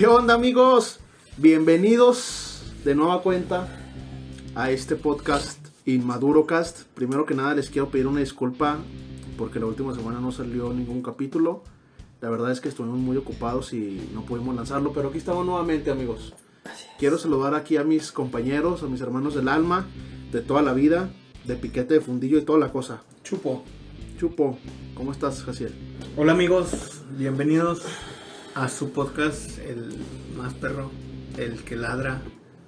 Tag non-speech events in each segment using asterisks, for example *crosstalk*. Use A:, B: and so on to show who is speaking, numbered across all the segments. A: ¿Qué onda amigos? Bienvenidos de nueva cuenta a este podcast Inmaduro Cast. Primero que nada les quiero pedir una disculpa porque la última semana no salió ningún capítulo. La verdad es que estuvimos muy ocupados y no pudimos lanzarlo, pero aquí estamos nuevamente amigos. Quiero saludar aquí a mis compañeros, a mis hermanos del alma, de toda la vida, de piquete de fundillo y toda la cosa.
B: Chupo.
A: Chupo, ¿cómo estás, Jaciel?
B: Hola amigos, bienvenidos a su podcast, el más perro, el que ladra,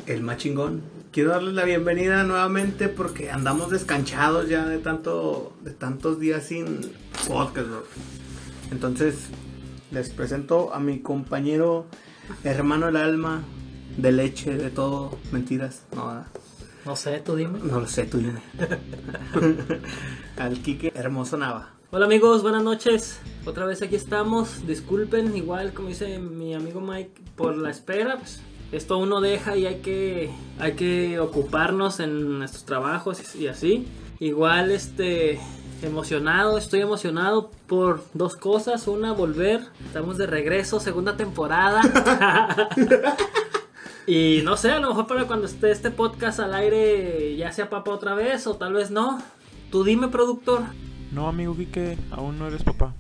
B: el más chingón. Quiero darles la bienvenida nuevamente porque andamos descanchados ya de tanto, de tantos días sin podcast. bro. Entonces les presento a mi compañero, hermano del alma, de leche, de todo, mentiras, no. ¿verdad?
C: No sé, tú dime.
B: No lo sé, tú dime. *laughs* Al Quique Hermoso Nava.
C: Hola amigos, buenas noches. Otra vez aquí estamos. Disculpen, igual como dice mi amigo Mike, por la espera. Pues, esto uno deja y hay que, hay que ocuparnos en nuestros trabajos y, y así. Igual, este, emocionado, estoy emocionado por dos cosas. Una, volver. Estamos de regreso, segunda temporada. Y no sé, a lo mejor para cuando esté este podcast al aire ya sea papá otra vez o tal vez no. Tú dime, productor.
D: No, amigo Quique, aún no eres papá.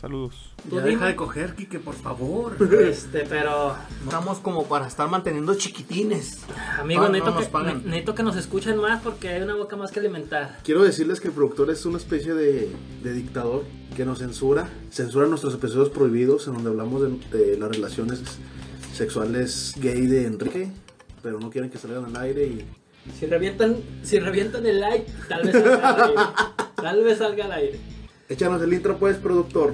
D: Saludos.
C: Tú
B: Ya
C: dime.
B: deja de coger, Quique, por favor.
C: Este, pero
B: No Estamos como para estar manteniendo chiquitines.
C: amigos,
B: Ah, no
C: neto
B: nos
C: que,
B: pagan.
C: ne- neto que nos escuchen más porque hay una boca más que alimentar.
A: Quiero decirles que el productor es una especie de, de dictador que nos censura, censura nuestros episodios prohibidos en donde hablamos de, de las relaciones sexuales gay de Enrique, pero no quieren que salgan al aire y
C: Si revientan, si revientan el like, tal vez salga al *laughs* aire. Tal vez salga al aire.
A: échanos el intro pues productor.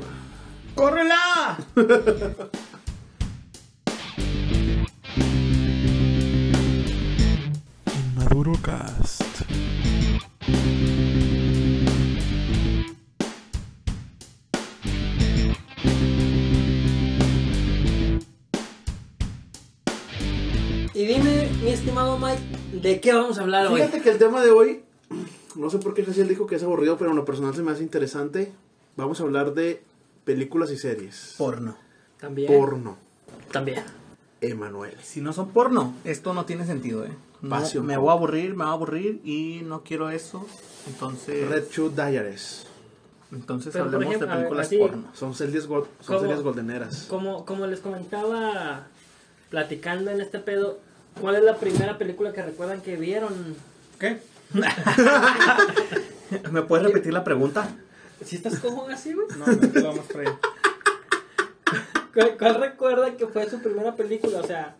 B: ¡Córrela!
D: Inmaduro Cast.
C: Y dime, mi estimado Mike, ¿de qué vamos a hablar hoy?
A: Fíjate que el tema de hoy, no sé por qué Jaciel dijo que es aburrido, pero en lo personal se me hace interesante. Vamos a hablar de películas y series.
B: Porno.
C: También.
A: Porno.
C: También.
A: Emanuel.
B: Si no son porno, esto no tiene sentido, ¿eh? No,
A: Pasión.
B: me voy a aburrir, me voy a aburrir y no quiero eso. Entonces,
A: Red Shoe Diaries.
B: entonces
C: Pero, por
B: hablemos
C: ejemplo, a
B: de
C: ver,
B: películas
C: así-
B: porno.
A: Son series, gol- son
C: ¿Cómo?
A: series goldeneras.
C: Como, como les comentaba platicando en este pedo, ¿cuál es la primera película que recuerdan que vieron?
B: ¿Qué? *laughs* ¿Me puedes repetir la pregunta?
C: ¿Si estás cojón así, güey?
D: No, no te lo vamos a traer.
C: *laughs* ¿Cuál, cuál recuerdan que fue su primera película? O sea,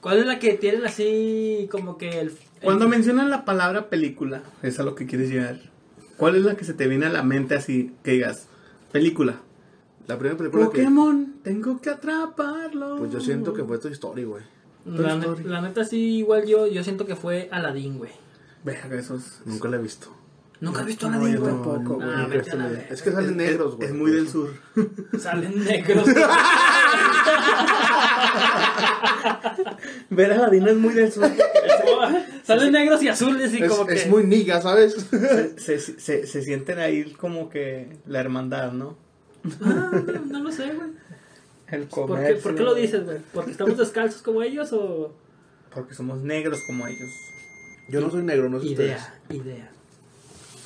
C: ¿cuál es la que tienen así como que el... el-
B: Cuando mencionan la palabra película, es a lo que quieres llegar. ¿Cuál es la que se te viene a la mente así que digas? Película.
A: La primera película
B: Pokémon, tengo que atraparlo.
A: que... Pues yo siento que fue Toy Story, güey.
C: La,
B: Toy
C: ne-
B: Story.
C: la neta sí, igual yo, yo siento que fue Aladdin, güey.
B: Verga, esos.
A: Nunca la he visto.
C: Nunca he visto
B: No,
C: Aladdin,
B: yo
C: güey.
B: tampoco, güey.
C: Ah, vete a la verga.
A: es que salen negros, güey.
B: Es muy del sur.
C: Salen negros. *laughs*
B: Ver a Aladino es muy
A: *laughs*
B: del sur.
C: Salen negros y azules y
A: Es,
C: como que...
A: es muy niga, ¿sabes?
B: se, se, se- se sienten ahí como que la hermandad, ¿no?
C: Ah, no, no lo sé, güey.
B: El
C: ¿Por
B: comercio.
C: qué, por qué lo dices, güey? ¿Porque estamos descalzos como ellos o...?
B: Porque somos negros como ellos.
A: *laughs* Yo no soy negro,
B: Pues
A: no sé ustedes.
C: Idea, idea.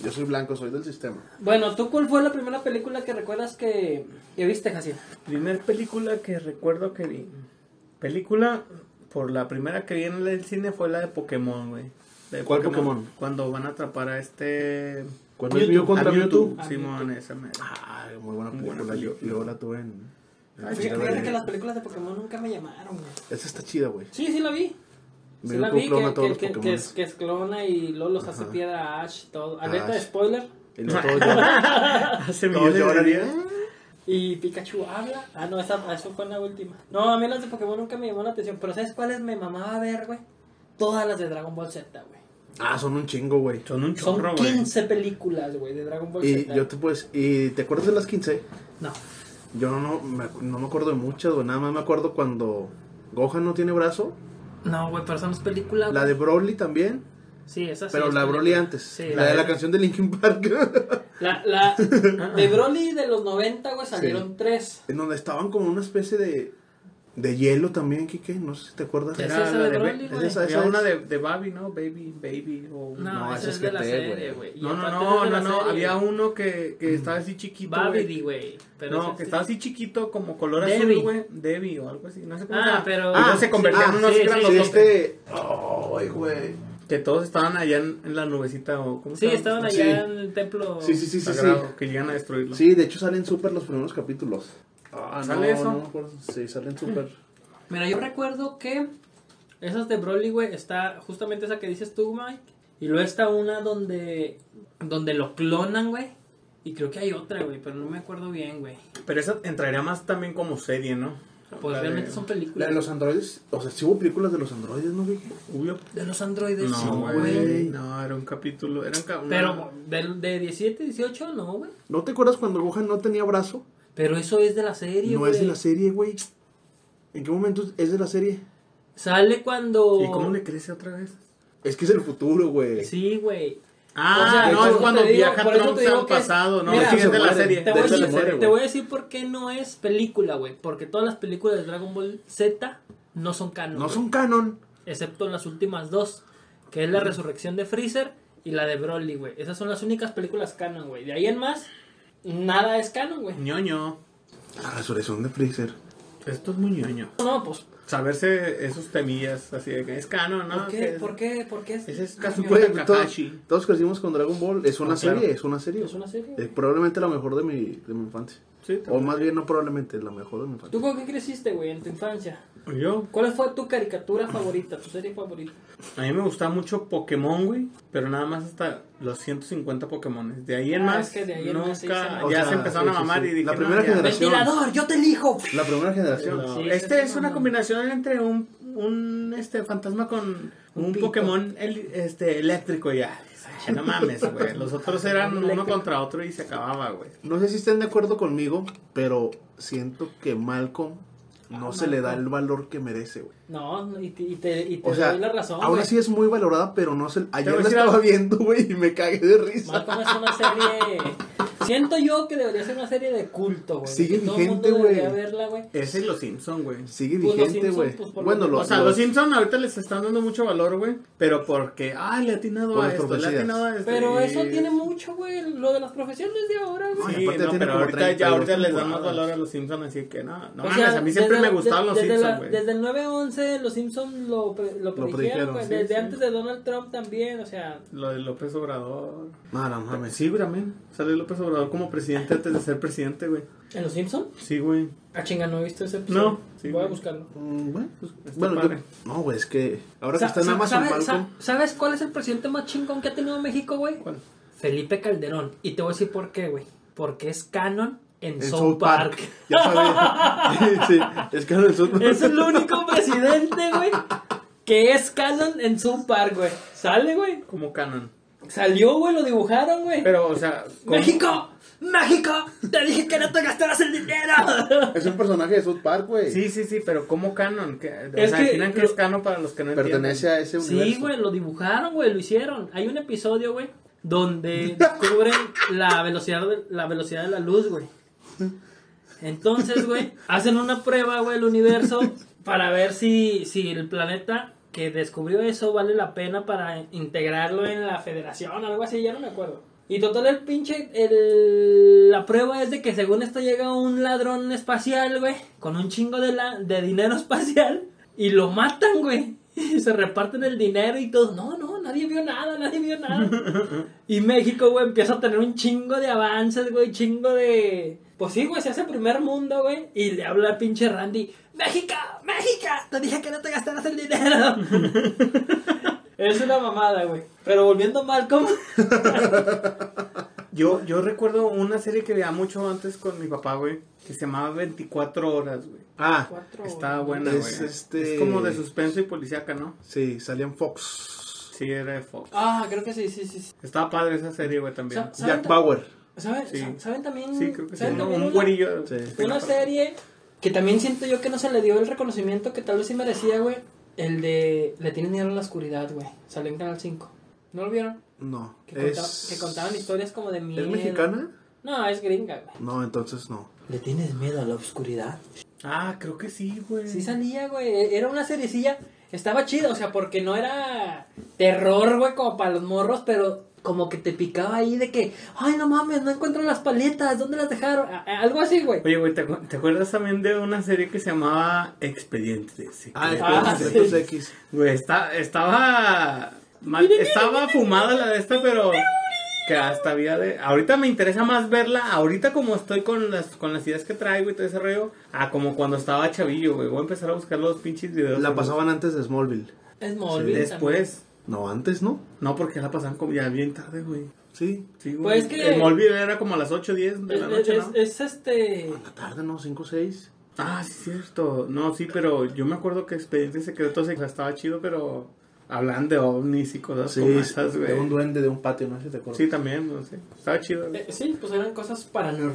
A: Yo soy blanco, soy del sistema.
C: Bueno, ¿tú cuál fue la primera película que recuerdas que, que viste, Jaciel?
B: Primer película que recuerdo que vi. Película, por la primera que vi en el cine fue la de Pokémon, güey. La de
A: ¿Cuál Pokémon?
B: Cuando van a atrapar a este...
A: Cuando es Mew contra
B: a Mewtwo.
A: Mewtwo.
C: A
B: Simón, esa mera.
A: Ay, Ah, muy buena
B: Buena
A: película. Yo,
B: película.
A: yo la tuve en... en
B: Ay,
A: fila
C: Fíjate
A: de-
C: que las películas de Pokémon nunca me llamaron, güey.
A: Esa está chida, güey.
C: Sí, sí la vi. Sí
A: Mew
C: la vi,
A: clona
C: que,
A: a todos los
C: que, que, que
A: Pokémon.
C: es, que es clona y luego los hace
A: Ajá.
C: piedra a Ash y todo.
A: A
C: Alerta de
A: Ash.
C: spoiler.
A: Y luego todos lloran. *laughs*
C: *laughs*
B: Hace
A: todos
B: millones
A: lloran.
B: de
A: y-
B: días.
C: Y Pikachu habla. Ah, no, esa, eso fue en la última. No, a mí las de Pokémon nunca me llamó la atención. Pero ¿sabes cuáles me mamaba ver, güey? Todas las de Dragon Ball Z, güey.
A: Ah, son un chingo, güey.
B: Son un
C: Son
B: chorro, güey.
C: 15 películas, güey, de Dragon Ball
A: Y
C: Z.
A: yo te pues... ¿Y te acuerdas de las 15?
C: No.
A: Yo no me, no me acuerdo de muchas, güey. Nada más me acuerdo cuando Gohan no tiene brazo.
C: No, güey, pero son las películas.
A: La de Broly también.
C: Sí, esa sí.
A: Pero
C: es
A: la
C: película.
A: Broly antes.
C: Sí,
A: la de la canción de Linkin Park. *laughs*
C: La,
B: *laughs*
C: la- de Broly de los 90, güey, salieron tres.
A: en donde estaban como una especie de. De hielo también, Kike, no sé si te acuerdas.
C: ¿Es
B: Era
C: esa
B: la
C: de
B: de Ba-
C: Broly, güey?
A: es esa,
B: Había
A: esa
B: una
A: es.
B: de, de Babi, ¿no? Baby, Baby. O...
C: No,
E: No,
C: esa
E: ese
C: es
E: es
C: de la
E: GT,
C: serie,
E: güey.
C: güey. Y
B: No, no,
C: aparte
B: no,
C: es de
B: no,
C: la
B: no.
C: serie.
B: Había uno que, que estaba así chiquito. güey.
C: Babidi, güey. Pero
B: no,
C: ese
B: que
C: sí.
B: estaba así chiquito, como color azul,
C: Debbie.
B: güey. Debbie o algo así. No sé cómo
C: Ah,
B: se llama.
C: pero-
B: Y luego
A: Ah,
B: se convertían
A: sí,
B: en unos
C: sí, sí,
A: Sí,
B: grandototes.
A: este. Ay, güey.
B: Que todos estaban allá en, en la nubecita o cómo
C: Sí, estaban allá
A: Sí.
C: en el templo.
A: Sí, sí, sí, sí, sí.
B: Sagrado, que llegan a destruirlo.
A: Sí, de hecho salen súper los primeros capítulos.
B: Ah, ¿sale eso?
A: no me acuerdo. sí, salen súper.
C: Mira, yo recuerdo que esas de Broly, güey, está justamente esa que dices tú, Mike. Y luego está una donde, donde lo clonan, güey. Y creo que hay otra, güey, pero no me acuerdo bien, güey.
B: Pero esa entraría más también como serie, ¿no?
C: Pues
B: La de-
C: realmente son
A: *laughs* La
C: películas.
A: de los androides, o sea, sí hubo películas de los androides, ¿no, Kike?
B: Obvio.
C: De los androides, sí,
B: No,
C: güey.
B: güey. No, era un capítulo. Era un ca- una-
C: Pero de, de 17, 18, no, güey.
A: ¿No te acuerdas cuando Gohan no tenía brazo?
C: Pero eso es de la serie,
A: No
C: güey.
A: es de la serie, güey. ¿En qué momento es de la serie?
C: Sale cuando...
B: ¿Y cómo le crece otra vez?
A: Es que es el futuro, güey.
C: Sí, güey.
B: Ah,
C: O sea,
B: no,
A: de
B: es
A: hecho,
B: cuando
C: te digo-
B: viaja
C: por eso
B: Trunks
C: te digo
B: al
C: que es-
B: pasado, ¿no?
C: mira,
B: Sí, es de la
A: muere.
B: serie.
C: Te
A: De
C: voy, a
A: hecho,
B: es de
A: se
B: la
C: decir,
A: muere,
C: te
A: güey.
C: voy a decir por qué no es película, güey. Porque todas las películas de Dragon Ball Z no son canon.
A: No
C: güey.
A: son canon.
C: Excepto las últimas dos, que es la resurrección de Freezer y la de Broly, güey. Esas son las únicas películas canon, güey. De ahí en más, nada es canon, güey.
B: Ñoño.
A: La resurrección de Freezer.
B: Esto es muy ñoño.
C: No, pues,
B: Saberse esos temillas así de que es canon, ¿no?
C: ¿por
B: Que
C: qué?
B: es-
C: ¿Por qué? ¿Por qué?
B: Ese es pues.
C: Ah,
B: Kazuko
C: mira,
A: Güey, todos,
B: Kakashi.
A: todos crecimos con Dragon Ball. Es una
B: Ah, claro.
A: serie, es una serie.
C: Es una serie.
A: Eh,
C: güey.
A: probablemente la mejor de mi, de mi infancia.
B: Sí,
A: O más bien, no probablemente, la mejor de mi
C: ¿Tú
A: infancia.
C: con qué creciste, güey, en tu infancia?
B: Yo,
C: ¿Cuál fue tu caricatura favorita, tu serie favorita?
B: a mí me gustaba mucho Pokémon, güey, pero nada más hasta los 150 Pokémones. De ahí en
C: Ah,
B: más,
C: es que de ahí en
B: nunca,
C: más se hizo más.
B: ya
A: O sea,
B: se empezaron
A: sí,
B: a
A: sí,
B: mamar
A: sí.
B: y dije,
A: La primera
B: no, ya.
A: generación.
C: ¡Ventilador, yo te elijo!
A: La primera generación.
B: No,
C: Sí, sí,
B: este
C: sí,
B: es
C: no,
B: una
C: no.
B: combinación entre un, un este fantasma con un,
C: pito.
B: Pokémon el- este eléctrico ya. Ay, No mames, güey. Los otros eran uno contra otro y se acababa, güey.
A: No sé si estén de acuerdo conmigo, pero siento que Malcolm no
C: Ah,
A: se le da el valor que merece, güey.
C: No, no, y te, y te, y te
A: O sea,
C: doy la razón.
A: aún
C: güey.
A: así es muy valorada, pero no se.
B: voy
A: Ayer
B: a
A: la
B: decir
A: estaba
B: algo.
A: viendo, güey, y me cagué de risa.
C: Malcolm es una serie. Siento yo que debería ser una serie de culto, güey.
A: Sigue
C: Que
A: vigente,
C: Todo el mundo debería
A: güey.
C: verla, güey.
B: Ese y los Simpson, güey.
A: Sigue
C: Pues los
A: vigente,
C: Simpson,
A: güey.
C: pues, por lo
A: bueno,
C: menos.
A: los,
B: O sea, los
A: los-
B: Simpson ahorita les están dando mucho valor, güey. Pero porque, ah, le ha atinado
A: Por
B: a
A: las
B: esto, le ha
A: profecías.
B: atinado a esto.
C: Pero
B: y-
C: eso tiene mucho, güey. Lo de las profesiones de ahora, güey.
A: Ay,
B: Sí,
A: aparte
B: no,
A: tiene
B: pero
A: como
B: ahorita
A: 32
B: ya ahorita les dan más
A: temporadas.
B: valor a los Simpson, así que no, no
C: O
B: mames,
C: sea,
B: a mí siempre
C: desde-
B: me gustaban los
C: desde la-
B: Simpsons, güey.
C: Desde el 9-11, los Simpsons lo, pre- lo predijeron,
A: predijeron,
C: güey.
A: sí,
C: desde
A: sí.
C: antes de Donald Trump también, o sea.
B: Lo de López Obrador.
A: No, no mames.
B: Sí, güey, también. Sale López Obrador como presidente antes de ser presidente, güey.
C: ¿En los Simpsons?
B: Sí, güey.
C: Ah, chinga, no he visto ese episodio.
B: No, sí,
C: Voy a
B: güey.
C: buscarlo.
A: Mm, Bueno, pues,
B: Está
A: bueno, yo-
B: padre.
A: no, güey, es que ahora que
C: Sa-
A: está en
C: sa-
A: Amazon
C: sabe- sa-
A: Malcolm,
C: ¿Sabes cuál es el presidente más chingón que ha tenido México, güey?
B: ¿Cuál?
C: Felipe Calderón. Y te voy a decir por qué, güey. Porque es canon en,
A: en
C: South,
A: South Park.
C: Park.
A: *laughs* Ya
C: *laughs*
A: sabía. sí, sí, es que en South Park.
C: Es el único presidente, güey, que es canon en South Park, güey. Sale, güey.
B: Como canon.
C: Salió, güey, lo dibujaron, güey.
B: Pero, o sea, como-
C: ¡México! ¡México! ¡Te dije que no te gastaras el dinero!
A: *laughs* *laughs* Es un personaje de South Park, güey.
B: Sí, sí, sí, pero como canon. Que, o
C: Es
B: sea,
C: que-
B: imaginan que es canon para los que no
A: Pertenece a ese universo.
C: Sí, güey, lo dibujaron, güey, lo hicieron. Hay un episodio, güey,
A: *laughs*
C: donde descubren la velocidad, de- la velocidad de la luz, güey. Entonces, güey, hacen una prueba, güey, el universo para ver si, si el planeta que descubrió eso vale la pena para integrarlo en la federación, algo así, ya no me acuerdo. Y total el pinche, el- la prueba es de que según esto llega un ladrón espacial, güey, con un chingo de, la, de dinero *laughs* espacial y lo matan, güey. *laughs* Y se reparten el dinero y todo. No, no, nadie vio nada, nadie vio nada. Y México, güey, empieza a tener un chingo de avances, güey, chingo de... Pues sí, güey, se hace primer mundo, güey. Y le habla al pinche Randy, México, México, te dije que no te gastaras el *laughs* dinero. es una mamada, güey. Pero volviendo a Malcolm,
B: Yo, yo recuerdo una serie que veía mucho antes con mi papá, güey, que se llamaba 24 horas, güey.
A: Ah,
B: Estaba buena, güey.
A: Es, este-
B: Es como de suspenso y policíaca, ¿no?
A: sí, salía en Fox.
B: Sí, era de Fox.
C: Ah, creo que sí, sí, sí. sí.
B: Estaba padre esa serie, güey, también.
C: Sa- ¿Saben
A: Jack
C: ta-
A: Bauer.
C: ¿Saben,
B: Sí.
C: sa- ¿saben también?
B: Sí, creo que sí.
C: ¿saben
B: Un,
C: también
B: un
C: una-
B: güerillo.
A: Sí.
C: Una serie que también siento yo que no se le dio el reconocimiento que tal vez sí merecía, güey. El de Le tienen miedo a la oscuridad, güey. Salió en Canal 5. ¿No lo vieron?
A: No.
C: Que, conta-
A: es-
C: que contaban historias como de miedo.
A: ¿Es mexicana?
C: No, es gringa, güey.
A: No, entonces no.
C: ¿Le tienes miedo a la oscuridad?
B: Ah, creo que sí, güey.
C: Sí salía, güey. E-, Era una seriecilla. Estaba chida, o sea, porque no era terror, güey, como para los morros, pero como que te picaba ahí de que, ay, no mames, no encuentro las paletas, ¿dónde las dejaron? A- a- algo así, güey.
B: Oye, güey, ¿te, acu- te acuerdas también de una serie que se llamaba Expediente? Secreto?
A: Ah,
C: Ah,
A: espérate, Secretos
C: sí.
A: X.
B: Güey, está- estaba. mal- estaba fumada la de esta, pero. Que hasta había de. Ahorita me interesa más verla. Ahorita, como estoy con las, con las ideas que traigo y todo ese rollo. Ah, como cuando estaba chavillo, güey. Voy a empezar a buscar los pinches videos.
A: La pasaban antes de Smallville.
C: Es móvil.
B: Después.
A: No, antes, ¿no?
B: No, porque la pasaban como ya bien tarde, güey.
A: Sí.
B: Sí, güey.
C: Pues que-
B: El Molville era como a las 8 10 de la
C: Es,
B: noche,
C: es-
B: ¿no?
C: es este.
A: La tarde, ¿no? 5 o 6.
B: Ah, sí, cierto. No, sí, pero yo me acuerdo que Expediente Secreto se- o sea, estaba chido, pero hablan de ovnis y cosas como esas,
A: de un
B: güey.
A: duende de un patio, no sé si te acuerdas.
B: Sí, también, no sé. Estaba chido, güey.
C: eh, sí, pues eran cosas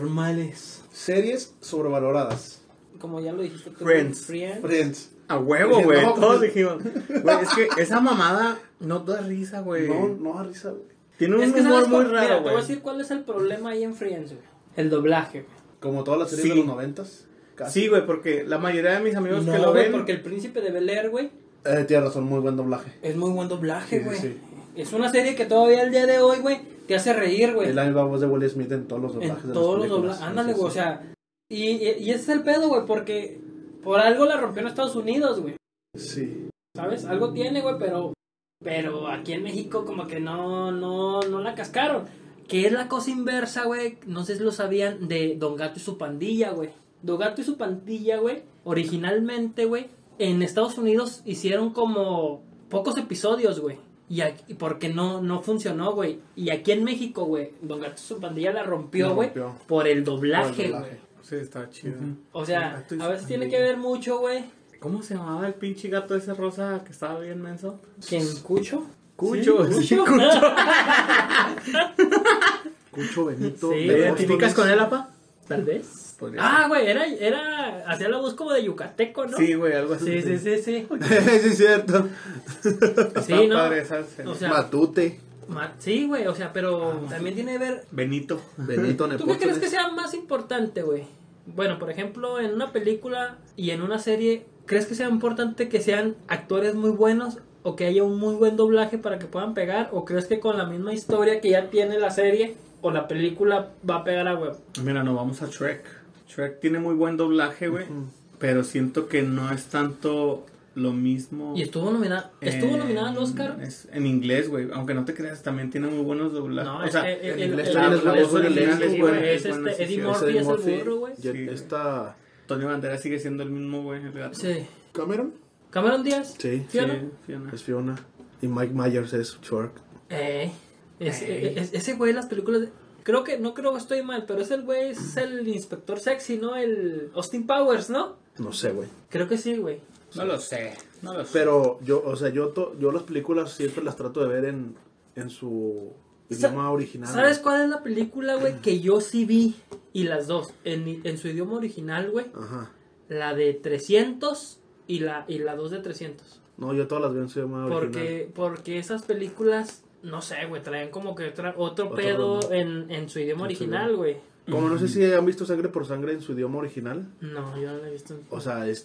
C: paranormales.
A: Series sobrevaloradas.
C: Como ya lo dijiste tú.
B: Friends.
C: Friends.
A: Friends.
B: A huevo, güey.
A: No,
B: Todos
A: güey.
B: dijimos. Güey, es que esa mamada no da risa, güey.
A: No, no da risa, güey.
B: Tiene un
C: Es que
B: humor
C: sabes
B: muy
C: cuál- mira,
B: raro,
C: te voy a
B: güey.
C: decir cuál es el problema ahí en Friends, güey. El doblaje, güey.
A: Como todas las series
B: Sí.
A: de los noventas. casi.
B: Sí, güey, porque la mayoría de mis amigos que
C: No,
B: lo
C: güey,
B: ven.
C: porque el príncipe de Bel Air, güey,
A: Eh, tienes razón, muy buen doblaje.
C: es muy buen doblaje,
A: Sí,
C: güey.
A: sí.
C: Es una serie que todavía al día de hoy, güey, te hace reír, güey.
A: Es la misma voz de Will Smith en todos los doblajes.
C: En todos los doblajes. Ándale, güey. O sea, y, y, y ese es el pedo, güey, porque por algo la rompió en Estados Unidos, güey.
A: Sí.
C: ¿Sabes? Algo tiene, güey, pero. Pero aquí en México, como que no, no, no la cascaron. Que es la cosa inversa, güey. No sé si lo sabían de Don Gato y su pandilla, güey. Don Gato y su pandilla, güey. Originalmente, güey. En Estados Unidos hicieron como pocos episodios, güey. Y aquí- porque no, no funcionó, güey. Y aquí en México, güey. Don Gato y su pandilla la rompió,
A: La
C: güey.
A: rompió.
C: Por el doblaje,
A: doblaje.
C: güey.
B: Sí, estaba chido. Ah,
C: O sea,
B: Gato y su
C: a veces tiene
B: pandilla.
C: que ver mucho, güey.
B: ¿Cómo se llamaba el pinche gato ese rosa que estaba bien menso?
C: ¿Quién escucho?
B: Cucho, sí, Cucho.
C: *laughs*
A: Cucho Benito.
C: Sí,
B: ¿Te
A: de
C: güey.
A: Apóstoles.
B: identificas con él, apa?
C: Tal vez.
B: Podría
C: Ah, güey, era, era, hacía la voz como de yucateco, ¿no?
B: Sí, güey, algo así.
C: sí, sí,
B: *laughs*
C: sí, sí.
A: sí, es cierto.
B: Estaba
C: Sí, ¿no?
B: padre esa serie.
C: O sea,
A: Matute.
C: ma- sí, güey, o sea,
B: Ah,
C: pero también tiene que ver...
B: Benito.
A: Benito
C: ¿Tú qué crees que
A: Nepóstoles.
C: sea más importante, güey? Bueno, por ejemplo, en una película y en una serie, ¿crees que sea importante que sean actores muy buenos o que haya un muy buen doblaje para que puedan pegar? ¿O crees que con la misma historia que ya tiene la serie o la película va a pegar a huevo?
B: Mira, nos vamos a Shrek. Shrek tiene muy buen doblaje, güey. Pero siento que no es tanto lo mismo.
C: Y estuvo nominada, estuvo
B: en-
C: nominada al Oscar.
B: es- en inglés, güey. Aunque no te creas, también tiene muy buenos doblajes.
C: No,
B: o sea,
C: es que eh,
A: en
C: el-
A: inglés
C: el-
A: también
C: el-
A: es la
C: el-
A: voz original,
C: el-
A: es
C: el-
A: buena,
C: es
B: es buena, sí,
C: este, Eddie
B: sí,
A: Ese
C: Murphy es el
A: Murphy.
C: burro, güey.
A: Y
B: Sí.
A: Esta.
B: Tony Bandera sigue siendo el mismo, güey. El gato.
C: Sí.
A: ¿Cameron?
C: Cameron Díaz.
A: Sí.
B: Sí,
C: Fiona.
B: Fiona.
A: Es Fiona. Y Mike Myers es Shark.
C: Eh, es-
B: Ey.
C: es- ese güey las películas de- creo que no creo que estoy mal, pero ese güey es el inspector sexy, ¿no? El Austin Powers, ¿no?
A: No sé, güey.
C: Creo que sí, güey.
B: No lo sé. No lo sé.
A: Pero yo, o sea, yo, to- yo las películas siempre las trato de ver en, en su
C: Sa-
A: idioma original.
C: ¿Sabes cuál es la película, güey, que yo sí vi y las dos en, en su idioma original, güey?
A: Ajá.
C: La de 300 y la y la dos de 300.
A: No, yo todas las veo en su idioma original.
C: Porque, porque esas películas, no sé, güey, traen como que otra- otro,
A: Otro
C: pedo
A: rumbo.
C: en, en su
A: En
C: idioma
A: su
C: original,
A: idioma.
C: güey.
A: Como no sé si han visto Sangre por Sangre en su idioma original.
C: No, yo no la he visto.
A: O sea, es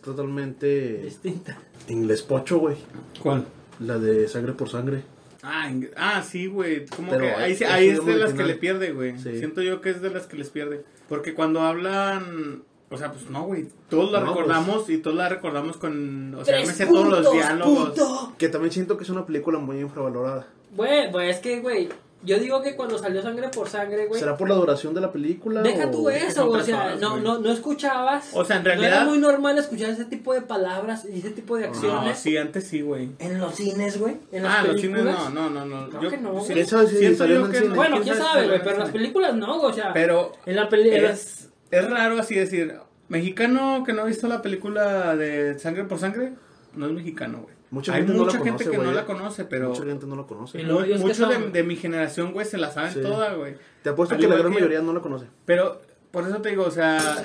A: totalmente
C: distinta.
A: inglés pocho, güey.
B: ¿Cuál?
A: La de Sangre por Sangre.
B: Ah, ing- ah, sí, güey. Como
A: Pero
B: que ahí,
A: es-
B: sí-
A: es
B: ahí
A: un
B: es de
A: idioma
B: las que
A: original.
B: le pierde, güey.
A: Sí.
B: Siento yo que es de las que les pierde. Porque cuando hablan. O sea, pues no, güey. Todos la
A: No, pues.
B: recordamos y todos la recordamos con. O sea, me
C: Tres
B: sé todos los
C: puntos,
B: diálogos.
C: puto.
A: Que también siento que es una película muy infravalorada.
C: Güey, güey, es que, güey, yo digo que cuando salió sangre por sangre, güey.
A: ¿Será por la duración de la película?
C: Deja
A: o-
C: tú eso,
B: son
C: o sea,
B: personas,
C: no,
B: güey.
C: no, no escuchabas.
B: O sea, en
C: No era
B: realidad-
C: muy normal escuchar ese tipo de palabras y ese tipo de acciones.
B: No, sí, antes sí, güey.
C: En los cines, güey. En las
B: Ah, los cines
C: películas.
B: no, no, no. no.
C: Creo que no, güey.
A: ¿Quién sabe si
B: siento
A: salió
B: yo
A: en
B: que
A: cine?
B: no.
C: Bueno, quién sabe, güey,
B: si
C: pero en
B: salió
C: las
B: en cine.
C: películas no, güey, o sea.
B: Pero
C: en la peli. en las-
B: es, es raro así decir. Mexicano que no ha visto la película de Sangre por Sangre, no es mexicano, güey.
A: Mucha
B: Hay
A: gente no
B: mucha
A: la
B: gente
A: conoce,
B: que no
A: güey. ¿eh?
B: la conoce, pero.
A: Mucha gente no lo conoce.
C: Y
B: Mu-
C: luego ellos que
B: Muchos de,
C: son-
B: de mi generación, güey, se la saben
A: Sí.
B: toda, güey.
A: Te apuesto
B: Al
A: que la
B: igual
A: gran mayoría no lo conoce.
B: Pero, por eso te digo, o sea,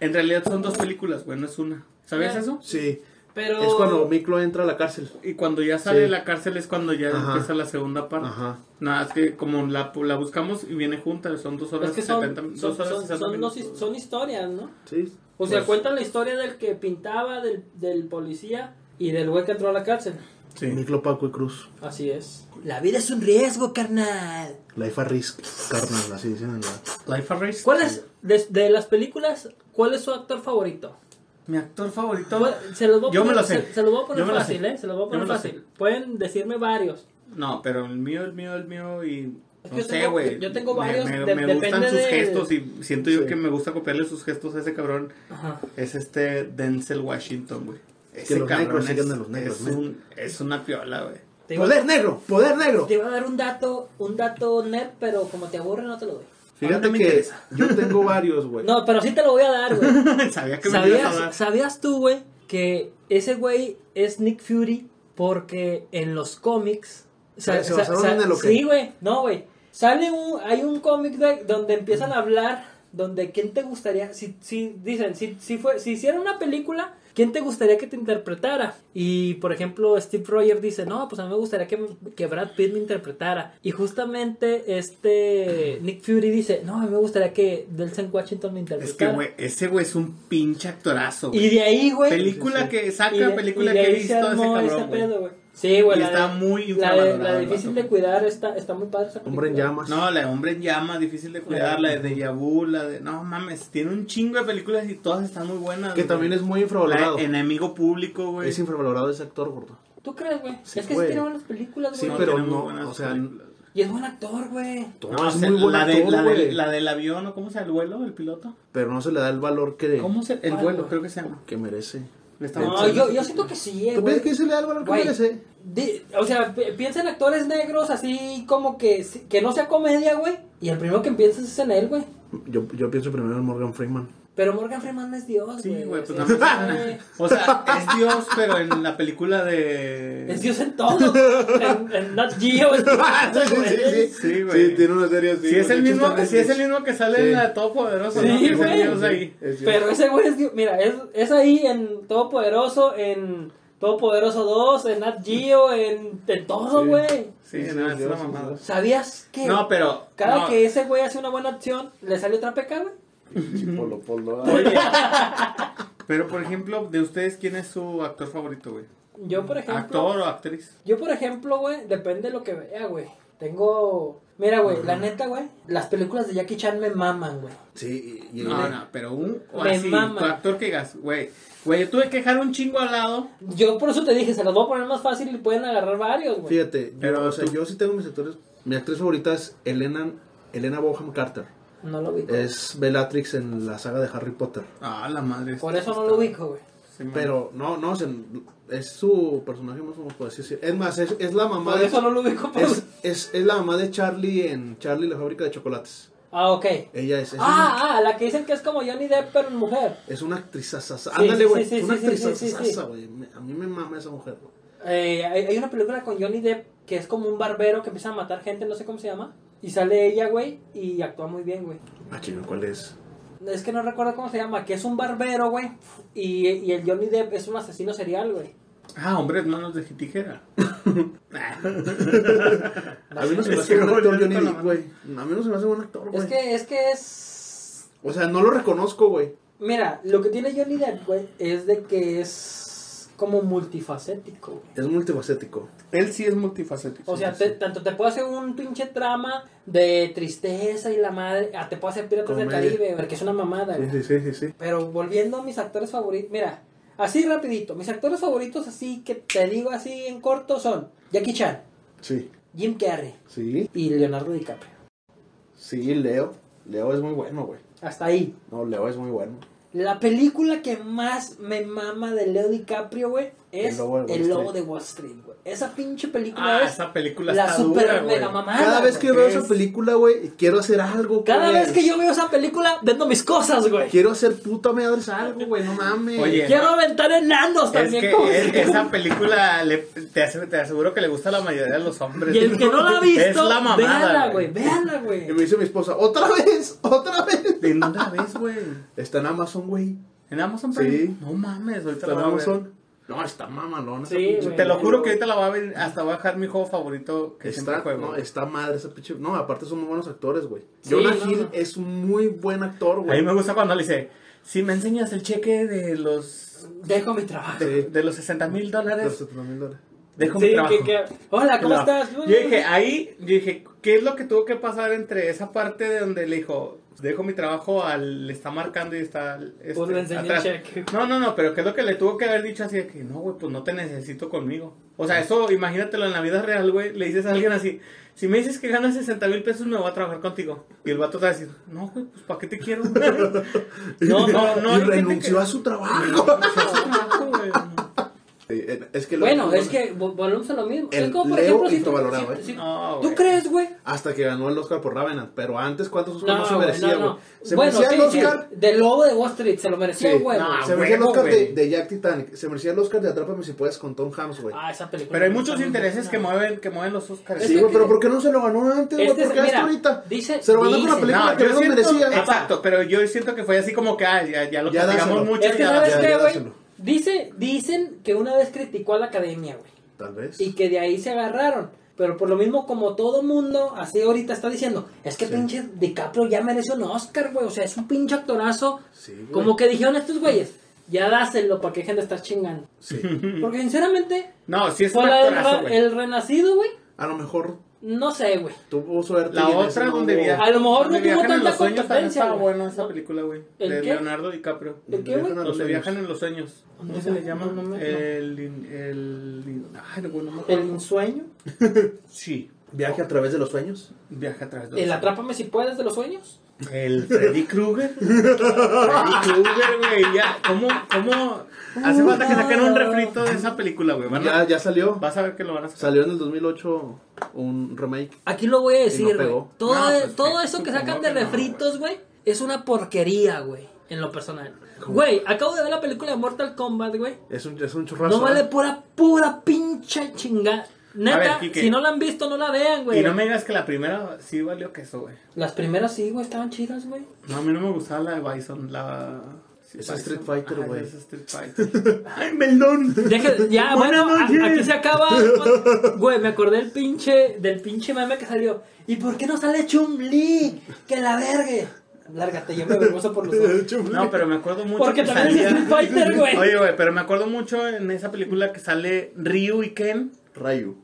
B: en realidad son dos películas, güey, no es una. ¿Sabías
C: Ya.
B: eso?
A: Sí.
C: pero.
A: Es cuando Miklo entra a la cárcel.
B: Y cuando ya sale de
A: Sí.
B: la cárcel es cuando ya
A: Ajá.
B: empieza la segunda parte.
A: Ajá.
B: Nada, es que como la, la buscamos y viene junta, son dos horas
C: Es que
B: y
C: son,
B: 70
C: son,
B: dos horas y
C: son,
B: 60
C: son, los-
B: minutos.
C: son historias, ¿no?
A: Sí.
C: O sea, cuentan la historia del que pintaba, del, del policía y del güey que entró a la cárcel.
B: Sí.
A: Niclo Paco y Cruz.
C: Así es. La vida es un riesgo, carnal.
A: Life a risk, carnal, así dicen en la-
B: Life a Race.
C: ¿Cuál es, de, de las películas, cuál es su actor favorito?
B: Mi actor favorito.
C: Todo- se los voy a
B: Yo
C: poner,
B: me lo
C: se-
B: sé.
C: Se, los voy a
B: Yo
C: poner
B: me lo
C: fácil,
B: sé.
C: ¿eh? Se los voy a
B: Yo
C: poner
B: me lo
C: fácil. Pueden decirme varios.
B: No, pero el mío, el mío, el mío y...
C: Es que
B: No
C: yo
B: sé,
C: tengo-
B: güey.
C: yo tengo
B: Me-
C: varios,
B: Me,
C: de-
B: me gustan
C: depende
B: sus
C: del-
B: gestos y siento yo
A: Sí.
B: que me gusta copiarle sus gestos a ese cabrón.
C: Ajá.
B: Es este Denzel Washington, güey. Ese
A: los negros sigan a los negros,
B: es,
A: men.
B: un- es una piola, güey. *laughs*
C: Te iba,
A: ¡Poder negro! ¡Poder negro!
C: te iba a dar un dato, un dato nerd, pero como te aburre no te lo doy.
A: Fíjate
B: no me
A: que
B: interesa.
A: yo tengo varios, güey.
C: *laughs* No, pero sí te lo voy a dar, güey.
B: Sabía que me ibas a dar.
C: ¿Sabías, ¿Sabías tú, güey, que ese güey es Nick Fury porque en los cómics...
A: ¿Se- se basaron en él o qué?
C: Sí, güey. No, güey. Sale un... Hay un cómic de- donde empiezan a hablar donde quién te gustaría... Si, si dicen, si, si, fue, si hiciera una película, ¿quién te gustaría que te interpretara? Y, por ejemplo, Steve Rogers dice, no, pues a mí me gustaría que, que Brad Pitt me interpretara. Y justamente este Nick Fury dice, no, a mí me gustaría que Delson Washington me interpretara.
B: Es que, güey, ese güey es un pinche actorazo, güey.
C: Y de ahí, güey.
B: película
A: Sí, sí.
B: que
C: y de-
B: saca, película
C: y de
B: que he
C: ahí se
B: visto ese
C: armó
B: cabrón, güey.
C: pedo, güey. Sí, güey.
B: Y
C: la
B: está
C: de-
B: muy
C: La, de,
B: infravalorado
C: la de
B: el
C: difícil
B: vato.
C: de cuidar está, está muy padre. esa
A: Hombre en
C: película.
A: llamas.
B: No, la de Hombre en Llama, difícil de cuidar, la de Deja Vu, la de... No, mames, tiene un chingo de películas y todas están muy buenas.
A: que
B: güey.
A: también es muy
B: La
A: infravalorado.
B: de Enemigo Público, güey.
A: Es infravalorado ese actor, gordo.
C: ¿Tú crees, güey?
A: Sí,
C: es que
A: güey.
C: sí tiene buenas películas,
A: Sí,
C: güey.
A: pero
B: tiene muy
A: no,
B: buenas
A: o sea,
B: películas.
C: Y es buen actor, güey.
A: Todo
B: No,
A: es
B: o sea,
A: muy buen
B: la, de-
A: actor,
B: la,
A: güey.
B: del- la del avión, ¿o ¿cómo se llama? ¿El vuelo? ¿El piloto?
A: Pero no se le da el valor que,
B: ¿Cómo se...? El
C: ¿Cuál,
B: vuelo,
C: güey?
B: creo que se llama.
A: que merece.
B: Le estaba
C: Ah, No,
B: pensando.
C: yo, yo siento que sí, eh,
A: ¿Tú
C: güey.
A: crees que se le da el valor que
C: Güey.
A: merece?
C: Di- O sea, pi- piensa en actores negros así como que, que no sea comedia, güey. Y el primero que piensas es en él, güey.
A: Yo, yo pienso primero en Morgan
B: *laughs*
A: Freeman.
C: Pero Morgan Freeman es Dios,
B: Sí,
C: güey.
B: güey, pues
C: O sea,
B: no
C: ese
B: me
C: güey
B: O sea, es Dios, pero en la película de...
C: Es Dios
A: *laughs*
C: en todo. en, en Nat Geo. es Dios en todo, güey.
B: Ah, Sí, güey.
A: tiene una serie así.
B: Si es, el
A: de hecho,
B: mismo,
A: está en
B: si es el
A: Netflix.
B: mismo que sale
A: Sí.
B: en la de Todopoderoso,
C: Sí,
B: ¿no? Que es
C: güey.
B: Dios ahí.
A: Es Dios.
C: Pero ese güey es, Dios- mira, es, es ahí en Todopoderoso, en Todopoderoso 2, en Nat Geo, en, en todo,
A: Sí.
C: güey.
B: Sí,
A: Sí,
B: no,
A: sí,
B: es
A: Dios,
B: una
A: sí,
B: mamada.
A: Dios.
C: ¿Sabías que
B: No, pero.
C: Eh, cada
B: no,
C: que ese güey hace una buena acción, le sale otra peca, güey?
A: Polo, polo.
B: oye, pero, por ejemplo, de ustedes, ¿quién es su actor favorito, güey?
C: Yo, por ejemplo,
B: ¿Actor o actriz?
C: yo, por ejemplo, güey, depende de lo que vea, güey. Tengo, mira, güey, la neta, güey, las películas de Jackie Chan me maman, güey.
A: *laughs* Sí, y- y-
B: No, no, pero un. O
C: Me
B: así,
C: mama.
B: tu actor que digas, güey. Güey, yo tuve que dejar un chingo al lado.
C: Yo por eso te dije, se las voy a poner más fácil y pueden agarrar varios, güey.
A: Fíjate, yo,
B: Pero
A: o sea,
B: tú-
A: yo sí tengo mis actores. Mi actriz favorita es Elena, Elena Boham Carter.
C: No lo ubico.
A: Es Bellatrix en la saga de Harry Potter.
B: Ah, la madre.
C: Por eso no lo ubico, güey.
B: Sí, man.
A: Pero no, no, se- es su personaje más famoso, por así decir. Es más, es, es la mamá
C: Por
A: de.
C: eso no lo ubico. por-
A: Es, es, es la mamá de Charlie en Charlie la fábrica de chocolates.
C: Ah, ok.
A: Ella es. es una-
C: Ah, ah, la que dicen que es como Johnny Depp, pero en mujer.
A: Es una actriz asasa.
C: Sí,
A: Ándale,
C: sí,
A: güey.
C: sí, sí,
A: una
C: sí,
A: actriz
C: sí, sí, sí.
A: asasa, güey. Me- A mí me mama esa mujer, güey.
C: Eh, hay, hay una película con Johnny Depp que es como un barbero que empieza a matar gente, no sé cómo se llama. Y sale ella, güey, y actúa muy bien, güey.
A: Ah, chino, ¿cuál es?
C: Es que no recuerdo cómo se llama, que es un barbero, güey. Y, y el Johnny Depp es un asesino serial, güey.
B: Ah, hombre, manos de tijera.
A: A mí no se me
B: Es
A: hace
B: que
A: buen actor Johnny
B: Johnny Depp,
A: Depp,
B: no.
A: güey. A mí no se me hace buen actor, güey.
C: Es que es que es...
A: O sea, no lo reconozco, güey.
C: Mira, lo que tiene Johnny Depp, güey, es de que es como multifacético, güey.
A: Es multifacético.
B: Él sí es multifacético.
C: O sea, te- tanto te puede hacer un pinche trama de tristeza y la madre, ah, te puede hacer Piratas del
A: Comedia.
C: Caribe, güey, que es una mamada,
A: sí,
C: güey.
A: sí, sí.
C: Pero volviendo a mis actores favoritos, mira, así rapidito, mis actores favoritos así que te digo así en corto son Jackie Chan,
A: Sí,
C: Jim Carrey
A: sí,
C: y Leonardo DiCaprio.
A: sí, Leo. Leo es muy bueno, güey.
C: Hasta ahí.
A: No, Leo es muy bueno.
C: La película que más me mama de Leo DiCaprio, güey, es
A: El
C: El
A: Lobo de
C: Lobo,
A: Wall Street.
C: de Wall Street, güey. Esa pinche película
B: Ah,
C: es
B: esa película
C: la
B: está
C: super
B: dura, güey.
C: mega mamada.
A: Cada vez que
C: güey.
A: veo
B: es-
A: esa película, güey, quiero hacer algo.
C: Cada
A: güey.
C: vez que yo veo esa película, vendo mis cosas, güey.
A: Quiero hacer puta madre algo, güey, no mames.
B: Oye,
C: Quiero aventar enanos
B: Es
C: también.
B: que
C: como-
B: es- esa película le- te, hace- te aseguro que le gusta a la mayoría de los hombres.
C: Y el que no la ha visto,
B: *laughs* es la mamada.
C: véala, güey,
B: güey.
C: véala, güey.
A: Y me dice mi esposa, otra vez, *laughs* otra vez.
B: ¿En dónde la ves, güey?
A: Está en Amazon, güey.
B: ¿En Amazon
A: Sí.
B: Prime? No mames, ahorita
A: Está
B: la
A: en
B: voy a ver.
A: Amazon. Ah, No, está mamalona. esa
C: Sí,
A: pinche-
C: güey.
B: Te lo juro que ahorita la voy a ver. Hasta voy a dejar mi juego favorito que siempre
A: Está,
B: juego.
A: no, está madre esa pinche. No, aparte son muy buenos actores, güey.
C: Sí,
A: Jonah
C: no,
A: Hill
C: no.
A: es un muy buen actor,
B: a mí
A: güey.
B: me gusta cuando le dice: Si me enseñas el cheque de los
C: Dejo mi trabajo.
A: Sí.
B: de los 60 mil
A: Los
B: dólares,
A: 70 mil dólares.
B: dejo mi
C: Sí,
B: trabajo.
C: que- que- Hola, Ah, ¿cómo
B: No.
C: estás?
B: Yo dije, "Ah, ahí, yo dije, ¿qué es lo que tuvo que pasar entre esa parte de donde le dijo, dejo mi trabajo al, le está marcando y está este,
C: Pues le enseñé el
B: atrás?
C: cheque.
B: No, no, no, pero ¿qué es lo que le tuvo que haber dicho así de que, no, güey, pues no te necesito conmigo? O sea, eso, imagínatelo en la vida real, güey, le dices a alguien así, si me dices que ganas 60 mil pesos, me voy a trabajar contigo. Y el vato te va a decir, no, güey, pues ¿para qué te quiero? güey?
C: *laughs*
B: No, no, no, hay
A: Y
B: gente
A: renunció
B: que-
A: a su
B: No,
A: trabajo.
B: no, no, güey, no.
A: Sí, eh, Es que lo-
C: Bueno, es que vo- volvemos a lo mismo.
A: El
C: es como, por
A: Leo
C: ejemplo, si,
A: infravalorado,
C: si-
A: ¿eh?
C: si-
B: No,
C: ¿Tú
B: güey.
C: crees, güey?
A: Hasta que ganó el Oscar por Ravenant. Pero antes, ¿cuántos Oscars
C: No,
A: no, se
C: güey,
A: merecía,
C: no,
A: güey?
C: no.
A: Se
C: bueno,
A: merecía el
C: sí,
A: Oscar.
C: sí, del lobo de Wall Street se lo mereció,
A: Sí.
C: güey. Ah,
B: No,
C: güey.
A: se merecía el
B: huevo,
A: Oscar de,
B: güey.
A: de Jack Titanic. Se merecía el Oscar de Atrápame si puedes con Tom Hanks, güey.
C: Ah, esa película.
B: Pero hay
C: me
B: muchos
C: gusta mucho.
B: intereses que
C: No.
B: mueven, que mueven los Oscars.
C: Es
A: sí,
C: que-
A: güey, pero ¿por qué no se lo ganó antes, güey?
C: Este es-
A: ¿Por qué hasta
C: mira,
A: ahorita?
C: dice-
A: se lo ganó con la
C: dice-
A: película
B: No,
A: que
B: yo
A: no lo
B: siento-
A: merecía.
B: Exacto, pero yo siento que fue así como que ah, ya, ya lo
A: Ya
B: castigamos
A: dáselo.
B: mucho.
C: Es que,
B: ya-
C: ¿sabes
A: ya,
C: qué,
A: ya,
C: güey?
A: dáselo.
C: Dice, dicen que una vez criticó a la academia, güey.
A: Tal vez.
C: Y que de ahí se agarraron. Pero por lo mismo, como todo mundo, así ahorita está diciendo, es que
A: Sí.
C: pinche DiCaprio ya merece un Oscar, güey. O sea, es un pinche actorazo.
A: Sí, güey.
C: Como que dijeron estos güeyes, ya dáselo para que dejen de estar chingando.
A: Sí.
C: Porque sinceramente,
B: No, sí Mm. es un
C: por la del
B: actorazo,
C: ra-
B: güey.
C: el renacido, güey,
A: A lo mejor
C: no sé, güey.
A: tuvo suerte.
B: La
A: y en
B: otra
A: ese no
B: donde
A: hubo-
B: viaja.
C: A lo mejor
B: donde
C: no tuvo
B: viajan en
C: tanta
B: los sueños, también
C: competencia,
B: estaba
C: güey.
B: buena esa
C: No.
B: película, güey.
C: ¿El
B: De
C: qué?
B: Leonardo DiCaprio.
C: ¿El qué,
A: Viajan
C: güey?
A: a los
B: Donde
A: sueños.
B: viajan en los sueños. ¿Cómo se le llama?
C: No, no me- no.
B: El, in- el, in- Ay, no, güey, no me
C: El
B: acuerdo.
C: ensueño,
B: *laughs* Sí.
A: Viaje a través de los sueños.
B: Viaja a través de los
C: el
B: sueños.
C: atrápame si puedes de los sueños.
B: El
A: *laughs*
B: Freddy Krueger. Freddy Krueger, güey. Ya, ¿cómo, cómo?
A: Ah.
B: Hace falta que saquen un refrito de esa película, güey. Van a-
A: Ya, ya salió.
B: Vas a ver que lo van a sacar.
A: Salió en el 2008 un remake.
C: Aquí lo voy a
A: Y
C: decir,
A: no
C: güey.
A: pegó.
C: todo e,
B: No, pues,
C: todo
B: que-
C: eso que
B: como
C: sacan
B: que
C: de
B: no,
C: refritos, güey, es una porquería, güey. En lo personal. Güey, acabo de ver la película de Mortal Kombat, güey.
A: Es un, es un churrasco.
C: No vale
A: ¿eh?
C: pura, pura pinche chingada. Neta,
B: ver, Quique.
C: si no la han visto, no la vean, güey.
B: Y no me digas que la primera sí valió queso, güey.
C: Las primeras sí, güey, estaban chidas, güey.
B: No, a mí no me gustaba la de Bison, la... sí,
A: Es
B: Bison.
A: Street Fighter,
B: Ajá,
A: güey.
B: Es Street
A: *laughs*
B: Fighter. ¡Ay, melón!
C: Deje-
B: *laughs*
C: ya,
B: Buenas
C: bueno, a-
B: noches.
C: aquí se acaba. Güey, me acordé del pinche, del pinche meme que salió. ¿Y por qué no sale Chumli? Que la vergue. Lárgate, yo me avergüenzo
B: *laughs*
C: por los ojos.
B: No, pero me acuerdo mucho
C: Porque
B: que
C: también es Street Fighter, güey.
B: Oye, güey, pero me acuerdo mucho en esa película que sale Ryu y Ken.
A: *laughs*
B: *laughs*
A: Rayu.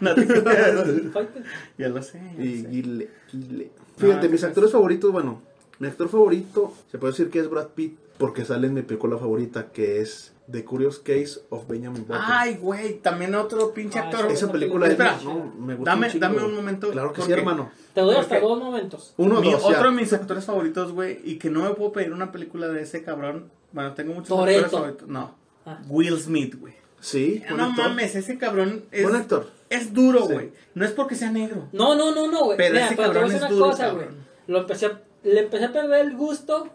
B: no te creas.
C: Fighter.
B: Ya lo sé. ya
A: Y
B: lo sé.
A: Guile. Guile. Fíjate,
B: Ah,
A: mis actores favoritos, bueno, mi actor favorito se puede decir que es Brad Pitt porque sale en mi película favorita que es The Curious Case of Benjamin Button.
B: Ay, güey, también otro pinche
C: Ah,
B: actor.
A: Esa
C: esa
A: película es,
B: película.
A: no, me gusta
B: Dame-
A: un chingo,
B: dame un
A: güey.
B: momento,
A: Claro que sí,
B: porque-
A: hermano.
C: Te doy hasta
B: Porque-
C: dos momentos.
A: Uno,
B: Mi-
A: dos, ya.
B: otro de mis actores favoritos, güey, y que no me puedo pedir una película de ese cabrón. Bueno, tengo muchos
C: Toretto.
B: actores favoritos. No.
C: Ah.
B: Will Smith, güey.
A: Sí, buen
B: Eh, No
A: actor.
B: mames, ese cabrón es,
A: Buen actor.
B: es duro,
A: Sí.
B: güey. No es porque sea negro.
C: No, no, no, no, güey.
B: Pero
C: Mira,
B: ese
C: pero te voy a
B: cabrón
C: decir
B: es
C: una
B: duro,
C: cosa, güey.
B: cabrón.
C: Lo empecé a- le empecé a perder el gusto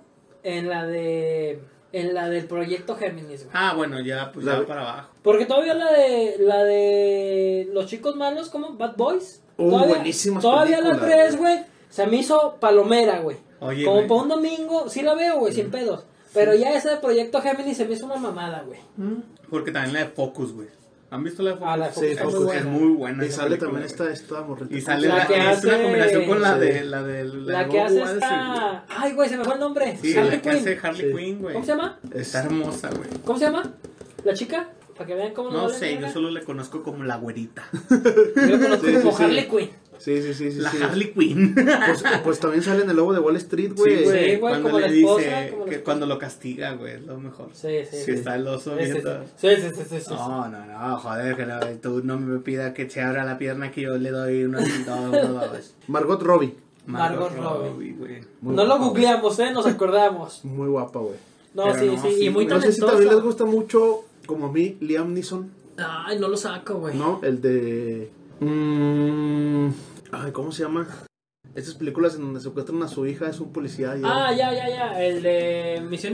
C: en la de en la del proyecto Géminis, güey.
B: Ah, bueno, ya, pues
A: La-
B: ya para abajo.
C: Porque todavía la de la de los chicos malos como Bad Boys.
A: Uh,
C: todavía,
A: buenísimas
C: Todavía la
A: películas,
C: tres, güey. Se me hizo palomera, güey.
B: Oye,
C: Como
B: güey.
C: para un domingo, sí la veo, güey, sin pedos. Pero ya ese de proyecto Géminis se me hizo una mamada, güey.
B: Porque también la de Focus, güey. ¿han visto la de Focus?
C: Ah, la de
A: Sí,
C: Focus,
A: Focus
C: es
B: es,
A: es
C: muy buena.
B: muy buena.
A: Y
B: esa
A: sale
B: película,
A: también
B: güey.
A: esta, esta morrita.
B: Y sale
C: La
B: la,
C: que
B: es
C: hace-
B: una combinación con la
A: Sí.
B: de la de la,
C: La
B: de-
C: que
B: no
C: hace
B: voy a decir, güey.
C: esta. Ay, güey, se me fue el nombre.
B: Sí,
C: Harley
B: la que
C: Quinn.
B: hace Harley
A: Sí.
B: Quinn, güey.
C: ¿Cómo se llama?
A: Es-
B: Está hermosa, güey.
C: ¿Cómo se llama? ¿La chica? Para que vean cómo
B: No
C: vale
B: sé,
C: nada.
B: yo solo la conozco como la güerita.
C: Yo conozco
A: Sí, sí,
C: como
A: sí.
C: Harley Quinn.
A: Sí, sí, sí, sí.
B: La
A: sí.
B: Harley Quinn.
A: Pues, pues también sale en el lobo de Wall Street, güey.
C: Sí, güey, como
B: Cuando
C: la
B: le
C: esposa,
B: dice
C: como la
B: que
C: esposa.
B: cuando lo castiga, güey, es lo mejor.
C: Sí, sí,
B: Que
C: sí.
B: está el Ah, oso
C: Sí, sí,
B: viendo.
C: sí, sí, sí, sí, sí.
B: No, no, no, joder, que no, tú no me pidas que se abra la pierna que yo le doy unos dos,
C: *laughs*
B: dos, dos.
A: Margot Robbie.
C: Margot Robbie.
B: güey.
A: Muy
C: no lo
A: guapa,
C: googleamos, ¿eh? Nos acordamos.
A: Muy guapa, güey.
C: No,
B: Pero
C: sí,
B: no,
C: sí,
B: sí,
C: y muy
B: güey.
A: No sé si también les
C: talentoso.
A: gusta mucho, como a mí, Liam Neeson,
C: Ay, no lo saco, güey.
A: ¿no? El de... mm, ay, ¿cómo se llama? Estas películas en donde secuestran a su hija, es un policía y...
C: Ah, ya, ya, ya. El de Misión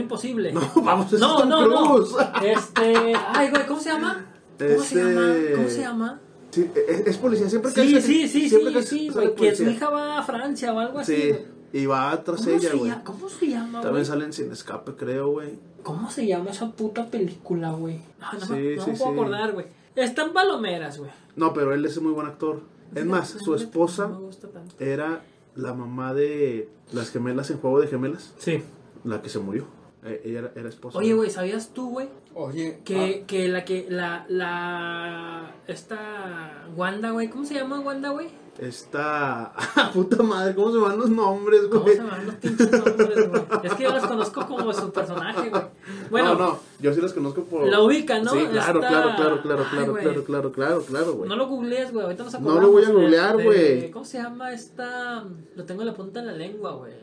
A: *laughs*
C: Imposible.
A: No, vamos, es
C: *laughs* no,
A: Tom
C: no,
A: *laughs* Cruise.
C: no. Este. Ay, güey, ¿cómo se llama? ¿Cómo se
A: Este-
C: llama? ¿Cómo se llama?
A: Sí, e, es, es policía, siempre que...
C: Sí,
A: hace-
C: sí, sí,
A: siempre
C: sí,
A: que
C: sí,
A: sale
C: güey. Que su
A: policía.
C: hija va a Francia o algo así.
A: Sí,
C: güey.
A: y va tras
C: ¿Cómo,
A: ella,
C: se
A: güey.
C: llama? ¿Cómo se llama, güey?
A: También salen sin escape, creo, güey.
C: ¿Cómo se llama esa puta película, güey? Ah, no, me-
A: Sí,
C: no
A: sí,
C: me puedo
A: sí.
C: acordar, güey. Están palomeras, güey.
A: No, pero él es muy buen actor. Es más, su esposa...
C: No me gusta tanto.
A: era la mamá de las gemelas en Juego de Gemelas,
C: Sí.
A: la que se murió. eh, ella era, era esposa.
C: Oye, güey, ¿sabías tú, güey?
B: Oye,
A: Ah.
C: Que, que la que, la, la, esta Wanda, güey, ¿cómo se llama Wanda, güey?
A: *laughs* Esta. ah, puta madre, ¿cómo se van los nombres,
C: ¿Cómo se
A: güey?
C: llaman los pinches nombres, güey? Es que yo los conozco como su personaje, güey. Bueno,
A: no, no, yo sí los conozco por.
C: La ubica, ¿no?
A: Sí, claro,
C: Esta-
A: claro, claro, claro,
C: Ay,
A: claro,
C: güey.
A: claro, claro, claro, claro, güey.
C: no lo googlees, güey, ahorita nos
A: No lo
C: acordamos.
A: voy a
C: de-
A: googlear,
C: de-
A: güey.
C: ¿Cómo se llama esta? Lo tengo en la punta de la lengua, güey.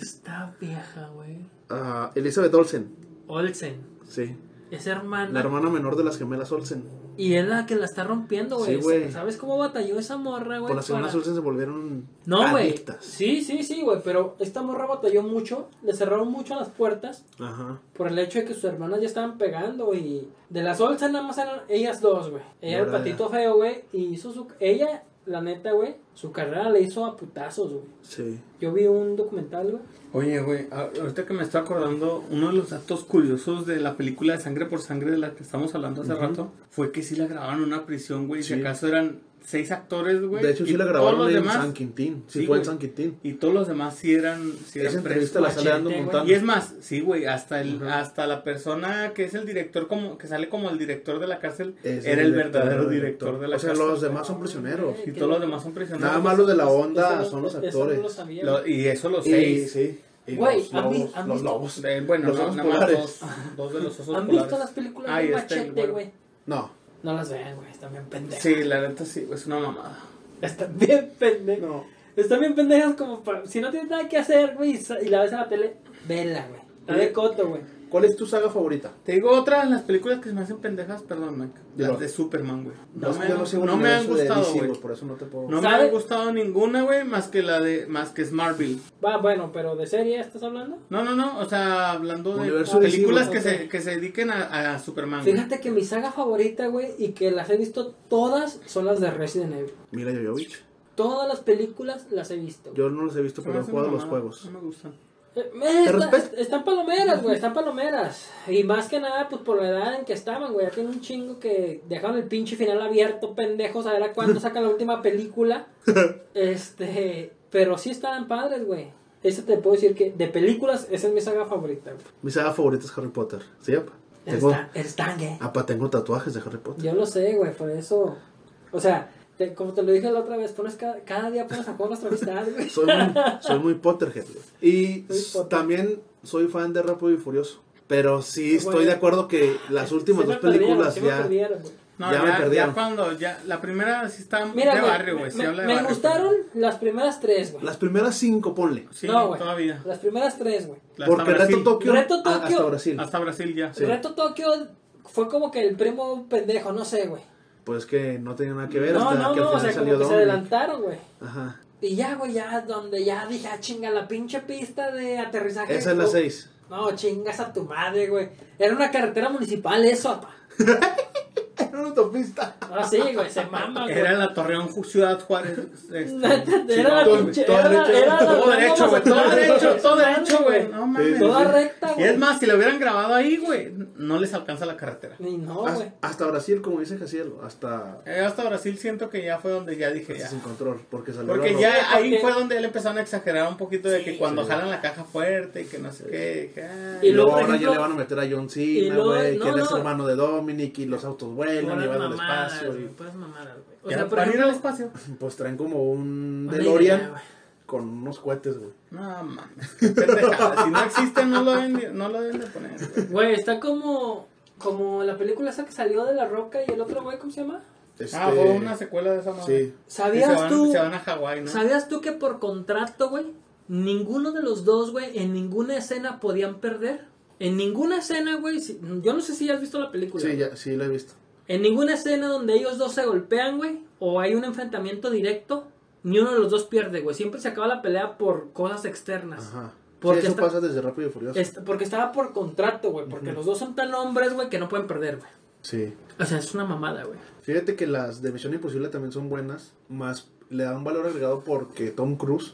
C: Esta vieja, güey.
A: Ah, Elizabeth Olsen,
C: Olsen.
A: sí.
C: Es hermana.
A: La hermana menor de las gemelas Olsen.
C: Y es la que la está rompiendo,
A: Sí,
C: güey.
A: güey.
C: ¿Sabes cómo batalló esa morra, güey?
A: Por las
C: para-
A: gemelas Olsen se volvieron
C: No, güey.
A: adictas.
C: Sí, sí, sí, güey. Pero esta morra batalló mucho. Le cerraron mucho las puertas
A: Ajá.
C: por el hecho de que sus hermanas ya estaban pegando. Y de las Olsen nada más eran ellas dos, güey. Ella, el
A: Ahora
C: patito feo, güey. Y hizo su. Ella, la neta, güey. Su carrera le hizo a putazos, güey.
A: Sí.
C: Yo vi un documental, güey.
B: ah, Oye, güey, a- ahorita que me estoy acordando, uno de los datos curiosos de la película de Sangre por Sangre de la que estamos hablando hace
A: Ujú.
B: rato fue que sí la grabaron en una prisión, güey. Si
A: Sí.
B: acaso eran seis actores, güey.
A: De hecho,
B: y
A: sí la
B: todos
A: grabaron
B: los
A: en
B: demás-
A: San Quintín. Sí,
B: Sí,
A: fue en
B: güey.
A: San Quintín.
B: Y todos los demás sí eran. Sí
A: Esa
B: eran
A: entrevista
B: presos.
A: la sale dando
C: Machete, güey.
A: montando.
B: Y es más, sí, güey, hasta el
A: Ajá.
B: hasta la persona que es el director como que sale como el director de la cárcel
A: Es
B: era el
A: director,
B: verdadero director de la
A: O sea,
B: cárcel.
A: los demás son prisioneros.
B: Y todos los demás son prisioneros.
A: Nada más los de la onda
C: Eso-
A: son los
C: eso no
A: actores.
C: lo sabía,
B: Lo-
C: güey.
B: y eso los
A: Sí,
B: seis.
A: sí. Y
C: Güey,
A: los
C: ¿han vi-
A: lobos,
C: han
A: los
C: visto-
A: lobos.
B: Eh, bueno,
A: Los
B: no,
A: osos
B: nada más
A: polares.
B: dos, dos de los osos
C: ¿Han
B: polares.
C: visto las películas
B: Ahí
C: de
B: está el
C: Machete,
B: güey.
C: güey?
A: No.
C: No las vean, güey. Están bien pendejas.
B: Sí, la neta sí, es una mamada.
C: Están bien pendejas.
A: No.
C: Están bien pendejas como pa- si no tienes nada que hacer, güey, y sa- y la ves en la tele, vela, güey. La de coto, güey.
A: ¿Cuál es tu saga favorita?
B: Te digo otra de las películas que se me hacen pendejas, perdón, Mike.
A: Dilo.
B: Las de Superman, güey.
A: No,
B: No,
A: es que
B: me,
A: yo no sé un
B: no me han
A: universo de
B: gustado,
A: DC,
B: güey.
A: güey, Por eso no te puedo.
B: No me
C: ¿Sabe?
B: han gustado ninguna, güey, más que la de más que Smallville.
C: Va, bueno, pero de serie estás hablando.
B: No, no, no, o sea, hablando de
A: Universo DC,
B: películas
C: güey.
B: que se, que se dediquen a, a Superman. güey.
C: Fíjate que mi saga favorita, güey, y que las he visto todas, son las de Resident Evil.
A: Mira, Yoyovich.
C: Todas las películas las he visto.
A: Yo no los he visto,
B: Se me
A: pero he
B: hace
A: jugado
B: una
A: los
B: mamada,
A: juegos.
B: No me gustan.
C: Eh, eh, está-
A: respeto.
C: están palomeras, güey, están palomeras. Y más que nada, pues por la edad en que estaban, güey. Ya tiene un chingo que dejaron el pinche final abierto, pendejos, a ver a
A: *laughs*
C: cuándo sacan la última película. Este, pero sí estaban padres, güey. Eso te puedo decir que de películas, esa es mi saga favorita. güey.
A: Mi saga favorita es Harry Potter. ¿Sí, apa? Tengo,
C: Está, están, güey.
A: apa, tengo tatuajes de Harry Potter.
C: Yo lo sé, güey, por eso. O sea, te- como te lo dije la otra vez, pones cada, cada día pones a jugar nuestra amistad, güey.
A: Soy muy, soy muy Potterhead. güey.
B: *laughs*
A: Y
C: Soy Potter.
A: también soy fan de Rápido y Furioso. Pero sí estoy
C: Güey.
A: de acuerdo que las últimas
C: Sí me
A: dos películas
C: perdieron, sí me
A: ya.
C: perdieron, güey.
B: No,
A: Ya
B: ya,
A: me
B: ya,
A: perdieron.
B: cuando, ya, la primera sí está
C: Mira,
B: de
C: güey,
B: barrio, güey,
C: me,
B: sí
C: me-
B: habla de
C: me
B: barrio,
C: gustaron las primeras tres, güey.
A: Las primeras cinco, ponle.
B: pero- Sí,
C: no, güey.
B: todavía.
C: Las primeras tres, güey.
B: Hasta
A: Porque Reto
B: Brasil.
A: Tokio,
C: Reto
A: ah,
C: Tokio.
A: hasta Brasil.
B: Hasta Brasil ya.
A: Sí.
C: Reto Tokio fue como que el primo pendejo, no sé, güey.
A: Pues que no tenía nada que ver
C: No,
A: hasta
C: no,
A: que al
C: no, o
A: final
C: sea, como
A: salió
C: que se
A: Dominic.
C: adelantaron, güey.
A: Ajá.
C: Y ya, güey, ya donde ya dije, ah, chinga, la pinche pista de aterrizaje.
A: Esa es la
C: Oh,
A: 6.
C: *laughs* No, chingas a tu madre, güey. Era una carretera municipal eso, apa.
A: Era una autopista.
C: Ah, sí, güey, se mama, güey.
B: Era la Torreón Ju- Ciudad Juárez. este,
C: *laughs* Era la
B: Chihuahua, güey.
C: pinche.
A: todo
C: Era la-
A: derecho.
C: era la-
B: Todo
C: era la
B: derecho, güey, todo
C: Mazatlán,
B: derecho, todo
C: Mazatlán,
B: derecho, güey. No mames.
C: Toda recta,
B: Y
C: güey.
B: es más, si lo hubieran grabado ahí, güey, no les alcanza la carretera.
C: Ni no,
A: Has-
C: güey.
A: hasta Brasil, como dice Jaciel, hasta,
B: Eh, hasta Brasil siento que ya fue donde ya dije
A: hasta
B: ya.
A: sin control, porque salió
B: Porque
A: la
B: ya
C: Sí, porque-
B: ahí fue donde él empezaron a exagerar un poquito de que
C: Sí.
B: cuando
A: Sí.
B: jalan la caja fuerte y que no sé qué. que, ay,
A: Y
C: Y
A: luego
C: luego, por
A: ahora ya
C: ejemplo-
A: le van a meter a John
C: y
A: Cena,
C: luego-
A: güey,
C: no,
A: que él es
C: no.
A: hermano de Dominic y los autos vuelan y
C: Puras
A: van al
C: mamadas,
A: espacio.
C: güey,
A: Y,
C: puras mamadas, güey. O
B: ya
C: sea, por
B: van a ir al
C: ejemplo,
B: espacio.
A: *laughs* pues traen como un
C: Una idea,
A: DeLorean
C: güey.
A: con unos cohetes, güey.
B: No mames, qué pendejada. Si no existe, no lo deben, de- no lo deben de poner. güey.
C: Güey, está como como la película esa que salió de La Roca y el otro güey, ¿cómo se llama?
B: Ah,
A: Este,
B: fue una secuela de esa madre.
A: Sí.
B: Que
C: ¿Sabías
B: se van,
C: tú?
B: Se van a Hawái, ¿no?
C: ¿Sabías tú que por contrato, güey, ninguno de los dos, güey, en ninguna escena podían perder? En ninguna escena, güey, si- yo no sé si has visto la película.
A: Sí,
C: güey.
A: ya, sí, la he visto.
C: En ninguna escena donde ellos dos se golpean, güey, o hay un enfrentamiento directo, ni uno de los dos pierde, güey. Siempre se acaba la pelea por cosas externas.
A: Ajá.
C: Porque
A: sí, eso
C: está-
A: pasa desde Rápido y Furioso.
C: Est- porque estaba por contrato, güey. Porque los dos son tan hombres, güey, que no pueden perder, güey.
A: Sí.
C: O sea, es una mamada, güey.
A: Fíjate que las de Misión Imposible también son buenas, más le dan valor agregado porque Tom Cruise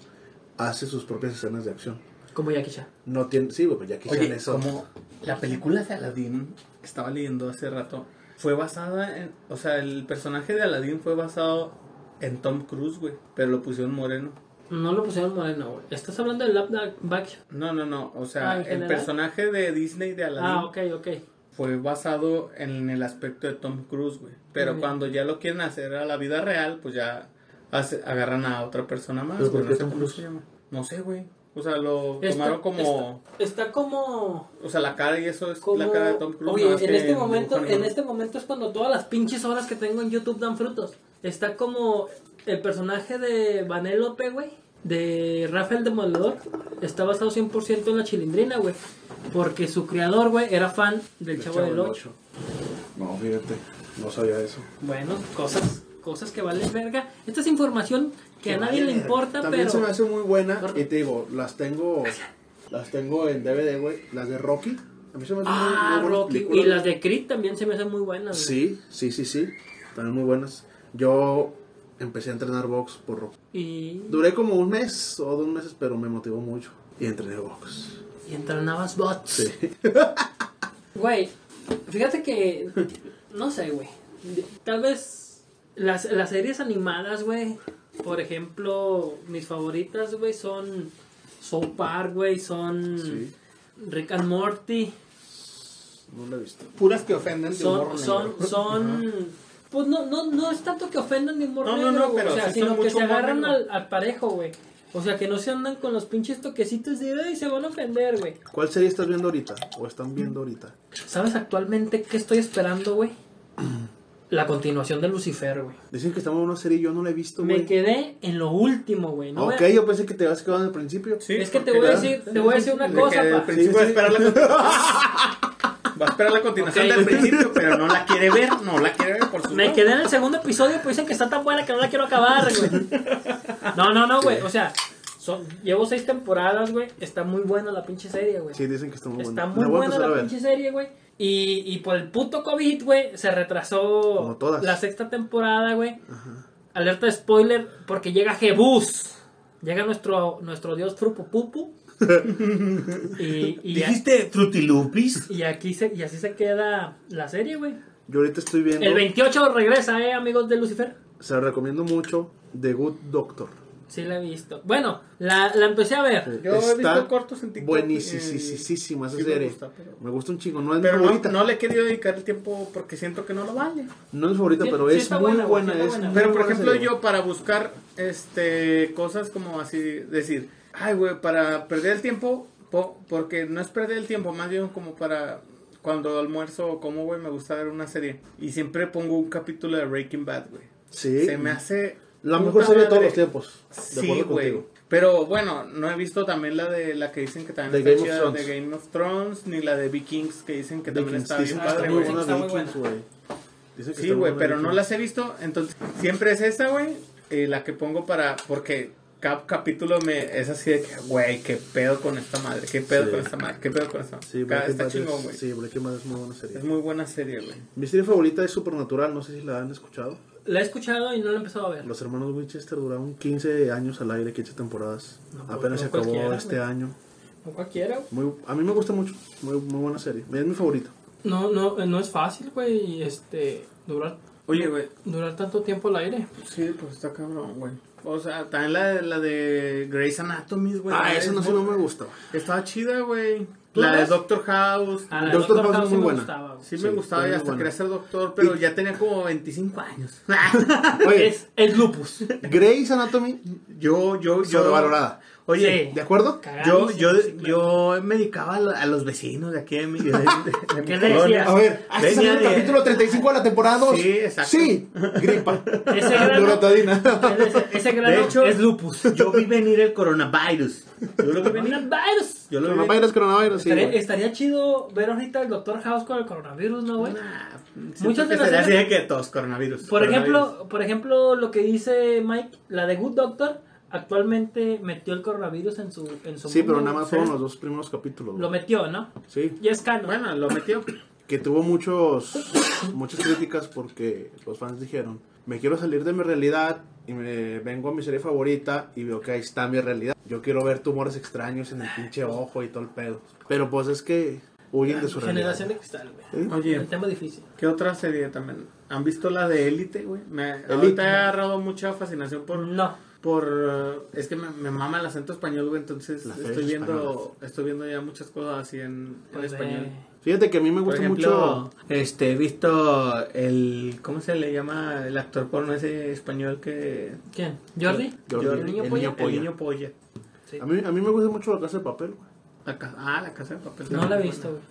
A: hace sus propias escenas de acción.
C: Como Jackie Chan.
A: No tiene, sí, güey, pues ya quisieran
B: Oye,
A: eso.
B: como la película de Aladdin que estaba leyendo hace rato fue basada en. O sea, el personaje de Aladdin fue basado en Tom Cruise, güey. Pero lo pusieron moreno.
C: No lo pusieron moreno, güey. ¿Estás hablando del live-action?
B: No, no, no. O sea,
C: Ah, ¿en
B: el
C: general?
B: personaje de Disney de Aladdin
C: Ah, ok, ok.
B: fue basado en el aspecto de Tom Cruise, güey. Pero
C: Ujú.
B: cuando ya lo quieren hacer a la vida real, pues ya hace- agarran a otra persona más.
A: ¿Pero por
B: güey,
A: qué
B: no sé
A: Tom
B: cómo
A: Cruise?
B: se llama. No sé, güey. O sea, lo
C: Está-
B: tomaron como.
C: Está como...
B: O sea, la cara y eso es
C: como...
B: la cara de Tom Cruise.
C: Oye,
B: nada más
C: en
B: que
C: este momento,
B: dibujo animado.
C: en este momento es cuando todas las pinches horas que tengo en YouTube dan frutos. Está como el personaje de Vanellope, güey, de Rafael Demoledor, está basado 100% en la chilindrina, güey. Porque su creador, güey, era fan del
A: El
C: Chavo, del Ocho.
A: No, fíjate, no sabía eso.
C: Bueno, cosas, cosas que valen verga. Esta es información que,
B: Que
C: a nadie
B: vale
C: le
B: verga.
C: importa,
A: También
C: pero
A: se me hace muy buena.
C: Corta.
A: Y te digo, las tengo. Las tengo en DVD, güey. Las de Rocky. A mí se me hacen muy- muy,
C: ah,
A: buenas
C: Rocky
A: películas,
C: y
A: güey.
C: las de Creed también se me hacen muy buenas. güey.
A: Sí, sí, sí, sí. También muy buenas. Yo empecé a entrenar box por Rocky.
C: Y,
A: Duré como un mes o dos meses, pero me motivó mucho. Y entrené box.
C: y entrenabas bots.
A: Sí.
C: *laughs* Güey, fíjate que no sé, güey. Tal vez las, las series animadas, güey. Por ejemplo, mis favoritas, güey, son South Park, güey, son
A: Sí.
C: Rick and Morty.
A: No lo he visto.
B: Puras que ofenden de humor
C: son,
B: negro.
C: son, son, pues no, no, no es tanto que ofendan ni humor
B: No, no,
C: negro,
B: no,
C: güey,
B: pero
C: o sea,
B: sí son
C: sino que
B: mucho
C: se
B: humor
C: agarran
B: negro.
C: al, al parejo, güey. O sea, que no se andan con los pinches toquecitos de, ay, se van a ofender, güey.
A: ¿Cuál serie estás viendo ahorita? ¿O están viendo ahorita?
C: ¿Sabes actualmente qué estoy esperando, *clears throat* güey? La continuación de Lucifer, güey.
A: Dicen que estamos en una serie y yo no la he visto,
C: Me
A: güey.
C: quedé en lo último, güey. No voy a-
A: ok, yo pensé que te habías quedado en el principio.
B: Sí,
C: Es que te
B: porque
C: voy a
B: la-
C: decir, te voy a decir una
B: de
C: cosa,
B: que
C: pa.
B: al principio
A: Sí, sí. *laughs*
B: va a esperar la continuación. Va a esperar la continuación
C: Ok.
B: del principio, pero no la quiere ver, no la quiere ver por supuesto.
C: Me quedé en el segundo episodio, pues dicen que está tan buena que no la quiero acabar, güey. *laughs* No, no, no, güey. O sea, son- llevo seis temporadas, güey. Está muy buena la pinche serie, güey.
A: Sí, dicen que está muy buena.
C: Está muy
A: La voy a
C: buena
A: empezar a
C: la
A: ver.
C: pinche serie, güey. Y, y por el puto COVID, güey, se retrasó
A: Como todas.
C: la sexta temporada, güey. Alerta de spoiler, porque llega Jebus. Llega nuestro, nuestro
A: *laughs*
C: dios Trupupupu. y, y, a-
B: ¿Dijiste Frutilupis?
C: y aquí se, y así se queda la serie, güey.
A: Yo ahorita estoy viendo.
C: El 28 regresa, eh, amigos de Lucifer.
A: Se la recomiendo mucho. The Good Doctor.
C: Sí la he visto. Bueno, la, la empecé a ver.
B: Yo he visto cortos en TikTok,
A: Buenísima esa
B: sí me
A: serie.
B: gusta, pero-
A: Me gusta un chingo. No es
B: Pero
A: mi
B: no,
A: favorita. No,
B: no le he querido dedicar el tiempo porque siento que no lo vale.
A: es mi favorita,
C: Sí,
A: pero
C: sí
A: es
C: está
A: muy
C: buena,
A: buena.
C: güey, sí está
A: es
C: buena.
A: muy
B: Pero por
A: buena
B: ejemplo
A: serie.
B: yo para buscar este cosas como así decir, ay güey, para perder el tiempo, po- porque no es perder el tiempo, más bien como para cuando almuerzo o como güey, me gusta ver una serie y siempre pongo un capítulo de Breaking Bad, güey.
A: Sí.
B: Se me hace
A: La
B: puta
A: mejor serie de todos
B: madre.
A: los tiempos. De
B: Sí,
A: acuerdo
B: güey.
A: contigo.
B: Pero bueno, no he visto también la de la que dicen que también
A: De
B: está
A: Game of
B: chida de
A: Thrones.
B: Game of Thrones, ni la de Vikings que dicen que también
A: Vikings,
B: está bien
A: dicen que
C: padre,
A: está
B: padre,
A: muy
B: güey.
A: buena
C: Está muy
A: Vikings, güey. Dicen que
B: Sí,
A: está muy
B: güey,
A: buena
B: pero no
A: Vikings.
B: las he visto, entonces siempre es esa, güey, eh, la que pongo para, porque cada capítulo me es así de que, güey, qué pedo con esta madre, qué pedo
A: Sí.
B: con esta madre, qué pedo con esta madre.
A: Sí,
B: Cada-
A: Breaking
B: está
A: Bad
B: chingón,
A: es-
B: güey.
A: Sí, Breaking Bad es muy buena serie.
B: Es muy buena serie, güey.
A: Mi serie favorita es Supernatural. No sé si la han escuchado.
C: La he escuchado y no la he empezado a ver.
A: Los hermanos Winchester duraron 15 años al aire, 15 temporadas.
C: No, no
A: Apenas se acabó
C: cualquiera,
A: este
C: güey.
A: año.
C: No cualquiera, güey.
A: Muy, a mí me gusta mucho. Muy, muy buena serie. Es mi favorita.
C: No, no, no es fácil, güey, este, durar,
B: Oye, güey,
C: durar tanto tiempo al aire.
B: sí, pues está cabrón, güey. O sea, también la de, la de Grey's Anatomy, güey.
A: ah,
B: es
A: esa no, sí
B: muy-
A: no me gusta.
B: Estaba chida, güey.
C: ¿Tú
B: La de
C: ves?
B: Doctor House.
C: A la
A: Doctor
C: Ah, Doctor
A: House
C: House
A: es
C: sí
A: muy
C: me
A: buena.
C: gustaba,
B: Sí,
C: güey.
A: Ah, Sí,
B: me gustaba
A: está
B: y
A: muy
B: hasta
A: buena.
B: quería ser doctor, pero ya tenía como
A: *laughs*
B: 25 años.
A: Oye,
C: *laughs* Es,
A: *laughs*
C: es lupus.
A: Grey's Anatomy,
B: yo, yo, yo.
A: sobrevalorada.
B: Oye,
C: Sí.
A: ¿De acuerdo?
B: Yo,
C: Cagadísimo,
B: yo,
C: sí, claro.
B: yo me dedicaba a, lo- a los vecinos de aquí de mi, de, de- de mi
C: *laughs* ¿Qué le
B: colonia.
C: decías?
A: A ver, este es
B: Venía
A: el
B: de-
A: capítulo 35 de la temporada 2.
B: Sí, exacto.
A: Sí, gripa. *laughs*
C: Ese
B: *laughs*
C: grano.
A: Loratadina.
C: Ese, ese grano
B: De hecho-
C: es lupus.
B: Yo vi venir el coronavirus. Yo lo vi venir.
C: Coronavirus.
B: Yo lo vi venir.
A: Coronavirus, coronavirus, sí.
C: Estaría,
A: güey.
C: estaría chido ver ahorita al Doctor House con el coronavirus, ¿no, güey?
B: Nah, Ah, siento
C: Muchas
B: que
C: de las
B: sería así
C: veces-
B: de que todos coronavirus.
C: Por
B: coronavirus.
C: ejemplo, por ejemplo, lo que dice Mike, la de Good Doctor, actualmente metió el coronavirus en su en su
A: Sí, pero
C: mundo,
A: nada más
C: güey.
A: fueron los dos primeros capítulos.
C: Lo
A: güey.
C: metió, ¿no?
A: Sí,
C: Y es canon.
B: Bueno, lo metió.
A: que tuvo muchos, *coughs* muchas críticas porque los fans dijeron, me quiero salir de mi realidad y me vengo a mi serie favorita y veo que ahí está mi realidad. Yo quiero ver tumores extraños en el pinche ojo y todo el pedo. Pero pues es que huyen de su
C: Generación
A: realidad.
C: de cristal, güey.
A: ¿Sí?
B: Oye,
C: El tema difícil.
B: ¿qué otra serie también? ¿Han visto la de Élite, güey? Me,
A: Élite.
B: ahorita he agarrado mucha fascinación por...
C: No.
B: Por... eh, es que me, me mama el acento español, güey, entonces
A: Las
B: estoy
A: series
B: viendo...
A: españolas.
B: Estoy viendo ya muchas cosas así en, en
C: Pues,
B: español.
C: eh,
A: Fíjate que a mí me
B: Por
A: gusta mucho.
B: ejemplo, este, he visto el... ¿Cómo se le llama? El actor porno ese español que...
C: ¿Quién? ¿Jordi?
A: Jordi,
C: ¿El niño polla?
B: El niño polla.
C: Sí.
A: A mí, a mí me gusta mucho la casa de papel, güey.
B: La ca- ah, la casa de papel.
C: No
B: también
C: la he
B: es
C: visto,
B: buena.
C: güey.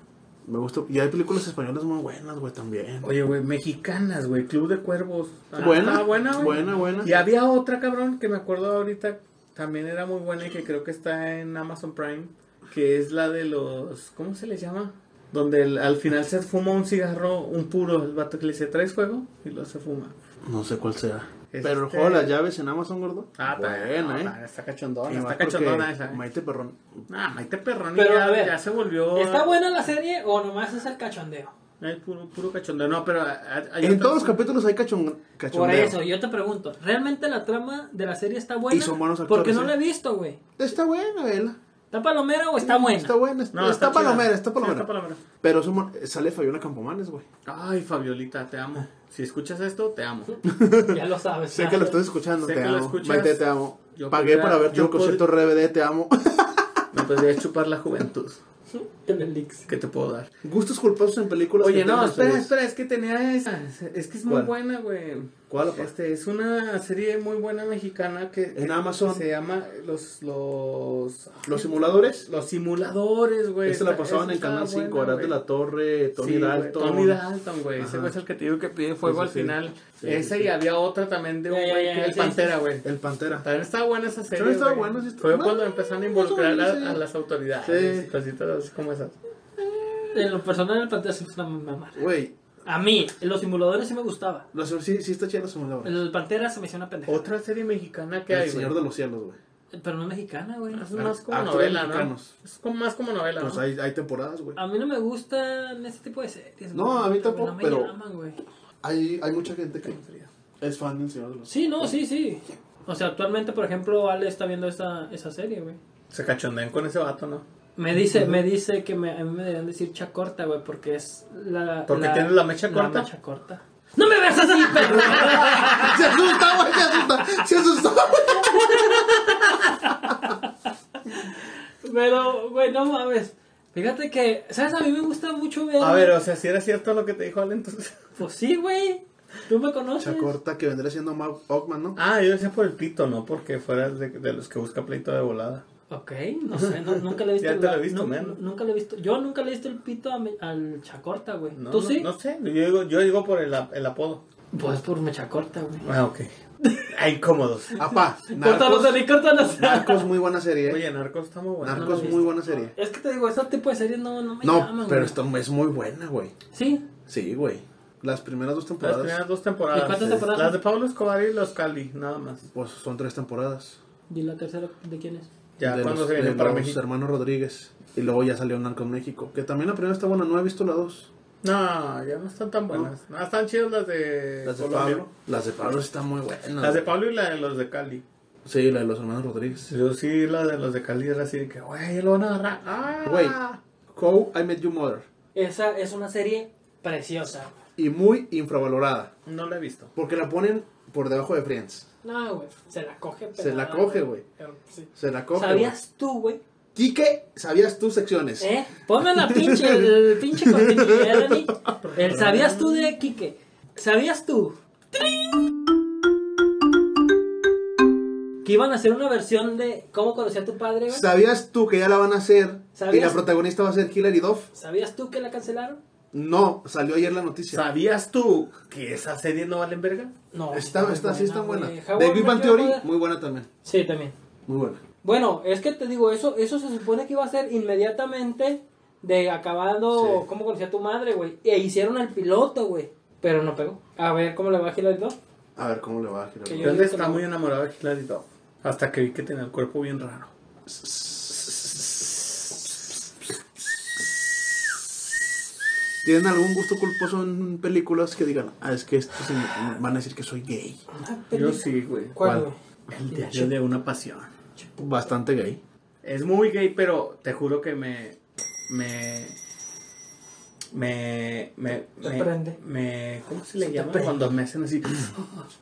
A: Me gusta. Y hay películas españolas muy buenas, güey, también.
B: Oye, güey, mexicanas, güey, Club de Cuervos. Ah,
A: buena,
B: estaba buena, güey.
A: buena, buena.
B: Y había otra, cabrón, que me acuerdo ahorita, también era muy buena y que creo que está en Amazon Prime, que es la de los, ¿cómo se les llama? Donde el- al final se fuma un cigarro, un puro, el vato que le dice, ¿traes fuego? Y luego se fuma.
A: No sé cuál sea.
B: Es
A: Pero el
B: este-
A: juego de las llaves en Amazon, gordo.
B: Ah, está,
A: buena,
B: no,
A: eh.
B: está- está cachondona,
A: Y más
B: está
A: porque
B: cachondona esa. eh.
A: Maite Perrón.
B: Ah, Maite Perrón
C: Pero,
B: ya,
C: a ver,
B: ya se volvió...
C: ¿Está buena la serie o nomás es el cachondeo?
B: Ay, puro, puro cachondeo, no, pero... eh, hay- hay
A: En
B: otras-
A: todos los capítulos hay cachon,
C: Por
A: cachondeo.
C: eso, yo te pregunto, ¿realmente la trama de la serie está buena?
A: Y son buenos
C: Porque
A: actores,
C: no
A: ¿eh?
C: la he visto, güey.
A: Está buena, vela.
C: ¿Está palomera o está buena?
A: Está buena. Está,
B: No,
A: está
B: chida.
A: palomera, está
B: Sí,
A: palomera.
B: está palomera.
A: Pero es un mon- sale Fabiola Campomanes, güey.
B: Ay, Fabiolita,
A: *laughs*
B: te amo. Si escuchas esto, te amo.
C: Ya lo sabes.
A: Sé
C: ya.
A: que lo estás escuchando,
B: Sé
A: te
B: que lo
A: amo.
B: escuchas.
A: Maite, te amo.
B: Yo
A: Pagué
B: podría-
A: para verte
B: yo
A: un concierto RBD, te amo. *laughs*
B: Me podría chupar la juventud.
C: En el Ix.
B: ¿Qué te puedo dar?
A: Gustos culposos en películas.
B: Oye,
A: que
B: no,
A: tengan
B: espera,
A: ustedes.
B: espera, es que tenía esa. Es que es muy
A: ¿Cuál?
B: buena, güey.
A: ¿Cuál, papá?
B: Este, es una serie muy buena mexicana que...
A: En
B: que
A: Amazon.
B: Se llama Los... Los...
A: Los simuladores.
B: Los simuladores, güey.
A: Esta la
B: Esa-
A: pasaban
B: Pues, esa
A: en
B: estaba
A: Canal
B: buena,
A: 5, Arad de
B: güey.
A: la Torre, Tony
B: Sí, güey,
A: Dalton.
B: Tony Dalton, güey. Ese
A: Ajá.
B: güey es el que te digo que pide fuego
A: Sí,
B: al
A: sí, sí.
B: final.
A: Sí,
B: Esa
A: sí,
B: y
A: sí.
B: había otra también de un
C: Ya, ya,
B: güey
C: ya,
B: que
C: ya,
B: era el
C: sí, sí,
B: Pantera,
C: sí.
B: güey.
A: El Pantera.
B: También estaba buena esa serie.
A: También estaba
B: güey.
A: buena, sí está-
B: Fue
A: no,
B: cuando empezaron a involucrar
A: más o menos,
B: a, a
A: sí.
B: las autoridades.
A: Sí.
B: y Cositas así como esas.
C: En lo personal, el Pantera Simpson me mamá.
A: Güey,
C: A mí, los simuladores sí me gustaba.
A: los- sí, sí está chida los simuladores.
C: El Pantera se me hizo una pendeja.
B: Otra serie mexicana que
A: El
B: hay,
A: Señor
B: güey.
A: de los Cielos, güey.
C: Pero no es mexicana,
A: Ah,
C: güey.
B: Es más como
A: Actores
B: novela, ¿no?
A: mexicanos.
B: Es como, más como novela,
A: Pues
B: ¿no?
A: hay, hay temporadas, güey.
C: A mí no me gustan ese tipo de series.
A: No,
C: güey.
A: a mí tampoco,
C: No me
A: pero-
C: llaman, güey.
A: Hay, hay mucha gente que es fan del Señor de
B: *laughs*
A: los
C: Sí, no, sí, sí. O sea, actualmente, por ejemplo, Ale está viendo esa, esa serie, güey.
B: Se cachondean con ese vato, ¿no?
C: Me dice, me dice que me, a mí me deberían decir chacorta, güey, porque es la...
B: Porque tienes la mecha corta.
C: mecha corta. ¡No me veas así, perro! *laughs*
A: Se asusta, güey, se asusta. Se asustó, güey.
C: Pero, güey, no mames. Fíjate que, ¿sabes? A mí me gusta mucho ver...
B: A ver, o sea, si era cierto lo que te dijo Ale, entonces. *laughs*
C: Pues sí, güey. Tú me conoces.
A: Chacorta que vendría siendo Mark Ockman, ¿no?
B: Ah, yo decía por el pito, ¿no? Porque fuera de, de los que busca pleito de volada.
C: Ok, no sé, no- nunca le he
B: *laughs*
C: visto...
B: Ya te lo he
C: la-
B: visto,
C: nu-
B: man.
C: Nunca le he visto... Yo nunca le he visto el pito a me- al chacorta, güey.
B: No,
C: ¿Tú
B: no-
C: sí?
B: No, sé, yo digo, yo digo por el, ap- el apodo.
C: Pues por mecha corta, güey.
B: Ah, ok. Ah, incómodos. *laughs*
A: Apá,
C: Córtanos,
A: Narcos.
C: Dani, córtanos.
A: Narcos, muy buena serie. eh.
B: Oye, Narcos está muy bueno.
A: Narcos, muy buena serie.
C: Es que te digo, ese tipo de series no, no me llaman,
A: No,
C: güey.
A: pero esta es muy buena, güey.
C: Sí,
A: Sí, güey. Las primeras dos
B: Las
A: temporadas.
B: primeras dos temporadas.
C: ¿Y cuántas
B: Sí.
C: temporadas?
B: Las de Pablo Escobar y los Cali, nada más.
A: Pues son tres temporadas.
C: ¿Y la tercera de quién es?
B: Ya
A: de
B: cuando
A: los,
B: se
A: de
B: viene para
A: los
B: México.
A: hermanos Rodríguez. Y luego ya salió Narcos México. Que también la primera está buena, no he visto la dos.
B: No, ya no están tan buenas. No, están chidas las de,
A: Las de
B: Eh, Colombia.
A: Pablo. Las de Pablo están muy buenas.
B: Las de
A: güey.
B: Pablo y la de los de Cali.
A: Sí, la de los hermanos Rodríguez.
B: Yo sí, la de los de Cali era así de que, güey, ya lo van a agarrar. ¡Ah!
A: Güey, How I Met Your Mother.
C: Esa es una serie preciosa.
A: Y muy infravalorada.
B: No la he visto.
A: Porque la ponen por debajo de Friends.
C: No, güey, se la coge.
A: Se la coge, güey.
C: Pero, sí.
A: Se la coge.
C: ¿Sabías tú, güey?
A: güey. Quique, sabías tus secciones.
C: ¿Eh? Ponme la pinche, el pinche continuidad, Dani. El ¿Sabías tú de Quique? ¿Sabías tú? ¡Tring! Que iban a hacer una versión de ¿Cómo conocí a tu padre, güey?
A: ¿Sabías tú que ya la van a hacer? Y la
C: ¿Sabías?
A: protagonista va a ser Hilary Duff.
C: ¿Sabías tú que la cancelaron?
A: No, salió ayer la noticia.
B: ¿Sabías tú que esa serie no vale en verga?
C: No.
A: Está, está, sí está buena.
C: güey. How
A: De
C: I
A: Big
C: Met
A: Bang
C: Your
A: Theory,
C: Mother.
A: muy buena también.
C: Sí, también.
A: Muy buena.
C: Bueno, es que te digo, eso eso se supone que iba a ser inmediatamente de acabando
A: Sí.
C: cómo conocía a tu madre, güey. E hicieron el piloto, güey. Pero no pegó. A ver cómo le va a girar el dos.
A: A ver cómo le va a girar.
C: Que
B: Yo
C: Yo digo que
B: estaba
C: no.
B: muy enamorado de Hilary Duff. Hasta que vi que tenía el cuerpo bien raro.
A: ¿Tienen algún gusto culposo en películas que digan, ah, es que estos se- van a decir que soy gay?
B: Yo sí, güey.
C: Ah, ¿Cuál,
A: ¿Cuál?
C: güey?
B: El diario de una pasión.
A: Bastante gay.
B: Es muy gay, pero te juro que me. Me. me, me,
C: Te
B: me,
C: prende.
B: me- ¿cómo se le
C: Te
B: llama?
C: prende.
B: Cuando me hacen así,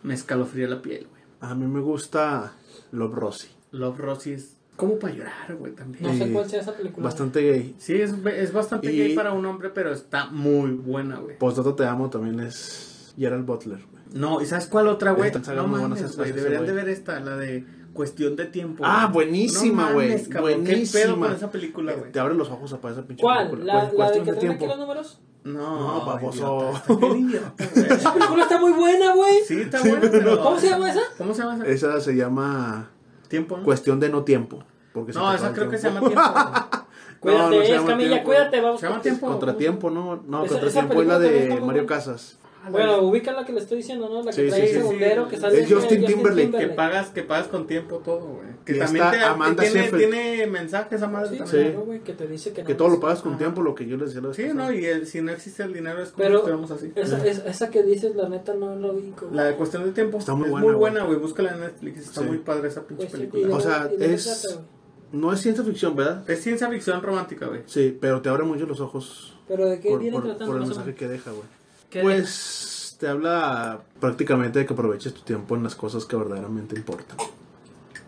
B: me escalofría la piel, güey.
A: A mí me gusta Love Rossi.
B: Love Rosie es como para llorar, güey, también.
C: No sé
A: Eh,
C: cuál sea esa película.
A: Bastante gay.
B: Sí, es, es bastante
A: Y-
B: gay para un hombre, pero está muy buena, güey.
A: Postdato Te Amo también es Gerald Butler. güey.
B: No, ¿y sabes cuál otra, güey?
A: Esta saga
B: No
A: muy buena,
B: mames,
A: esa-
B: güey,
A: esa,
B: deberían de
A: güey.
B: ver esta, la de Cuestión de Tiempo.
A: Ah,
B: güey.
A: buenísima,
B: No
A: güey.
B: mames, cabrón,
A: buenísima. Eh, Este,
B: ¿Qué pedo con esa película, güey?
A: Te abre los ojos a esa pinche
C: ¿Cuál?
A: película.
C: ¿La,
A: Cu-
C: la de
A: cuestión
C: que
A: de
C: traen aquí
A: tiempo.
C: los números?
B: No,
A: No, baboso.
B: idiota, está bien idiota, güey.
C: Esa película está muy buena, güey.
B: Sí, está buena, pero...
C: ¿Cómo se llama esa?
B: ¿Cómo se llama esa?
A: Esa se llama
B: Tiempo, ¿no?
A: Cuestión de no tiempo. Porque se
B: No,
A: te
B: esa
A: acaba
B: creo
A: el
B: que se
A: tiempo.
B: llama Tiempo. güey.
A: *laughs*
C: Cuídate,
A: no se
C: es
A: llama
C: Camilla,
A: tiempo.
C: cuídate, vamos.
B: Se llama
C: por-
B: Tiempo.
A: Contratiempo, no, no,
C: Esa-
A: contratiempo
C: esa
A: es la
C: película
A: de
C: también está
A: Mario
C: muy buena.
A: Casas.
C: Bueno, ubica la que le estoy diciendo, ¿no? La que
A: Sí,
C: trae
A: sí, sí,
C: ese
A: sí.
C: bombero que sale.
A: Es Justin Timberlake.
B: Que pagas, que pagas con tiempo todo, güey. Que
A: Y
B: también
A: está
B: te,
A: Amanda
B: tiene,
A: Seyfried.
B: tiene mensajes a madre
C: Sí,
B: también.
A: Sí.
C: claro, güey, que te dice que
A: Que
C: no
A: todo lo
C: es-
A: pagas con
B: Ajá.
A: tiempo, lo que yo les decía la vez
B: Sí,
A: pasada.
B: ¿no? Y el- si no existe el dinero es como
C: Pero-
B: estamos así.
C: Esa, esa, esa que dices, la neta, no la ubico. güey.
B: La de cuestión de tiempo
A: Está muy
B: es
A: buena,
B: muy buena, güey. Búscala en Netflix. Está
A: Sí.
B: muy padre esa pinche
C: Pues sí, y
B: película.
C: de-
A: O sea,
C: y de qué
A: es-
C: trata, güey?
A: No es ciencia ficción, ¿verdad?
B: Es ciencia ficción romántica, güey.
A: Sí, pero te abre mucho los ojos
C: Pero de qué
A: por,
C: viene
A: por-
C: tratando.
A: por el
C: más o
A: mensaje
C: menos?
A: que deja, güey.
C: ¿Qué
A: Pues te habla prácticamente de que aproveches tu tiempo en las cosas que verdaderamente importan.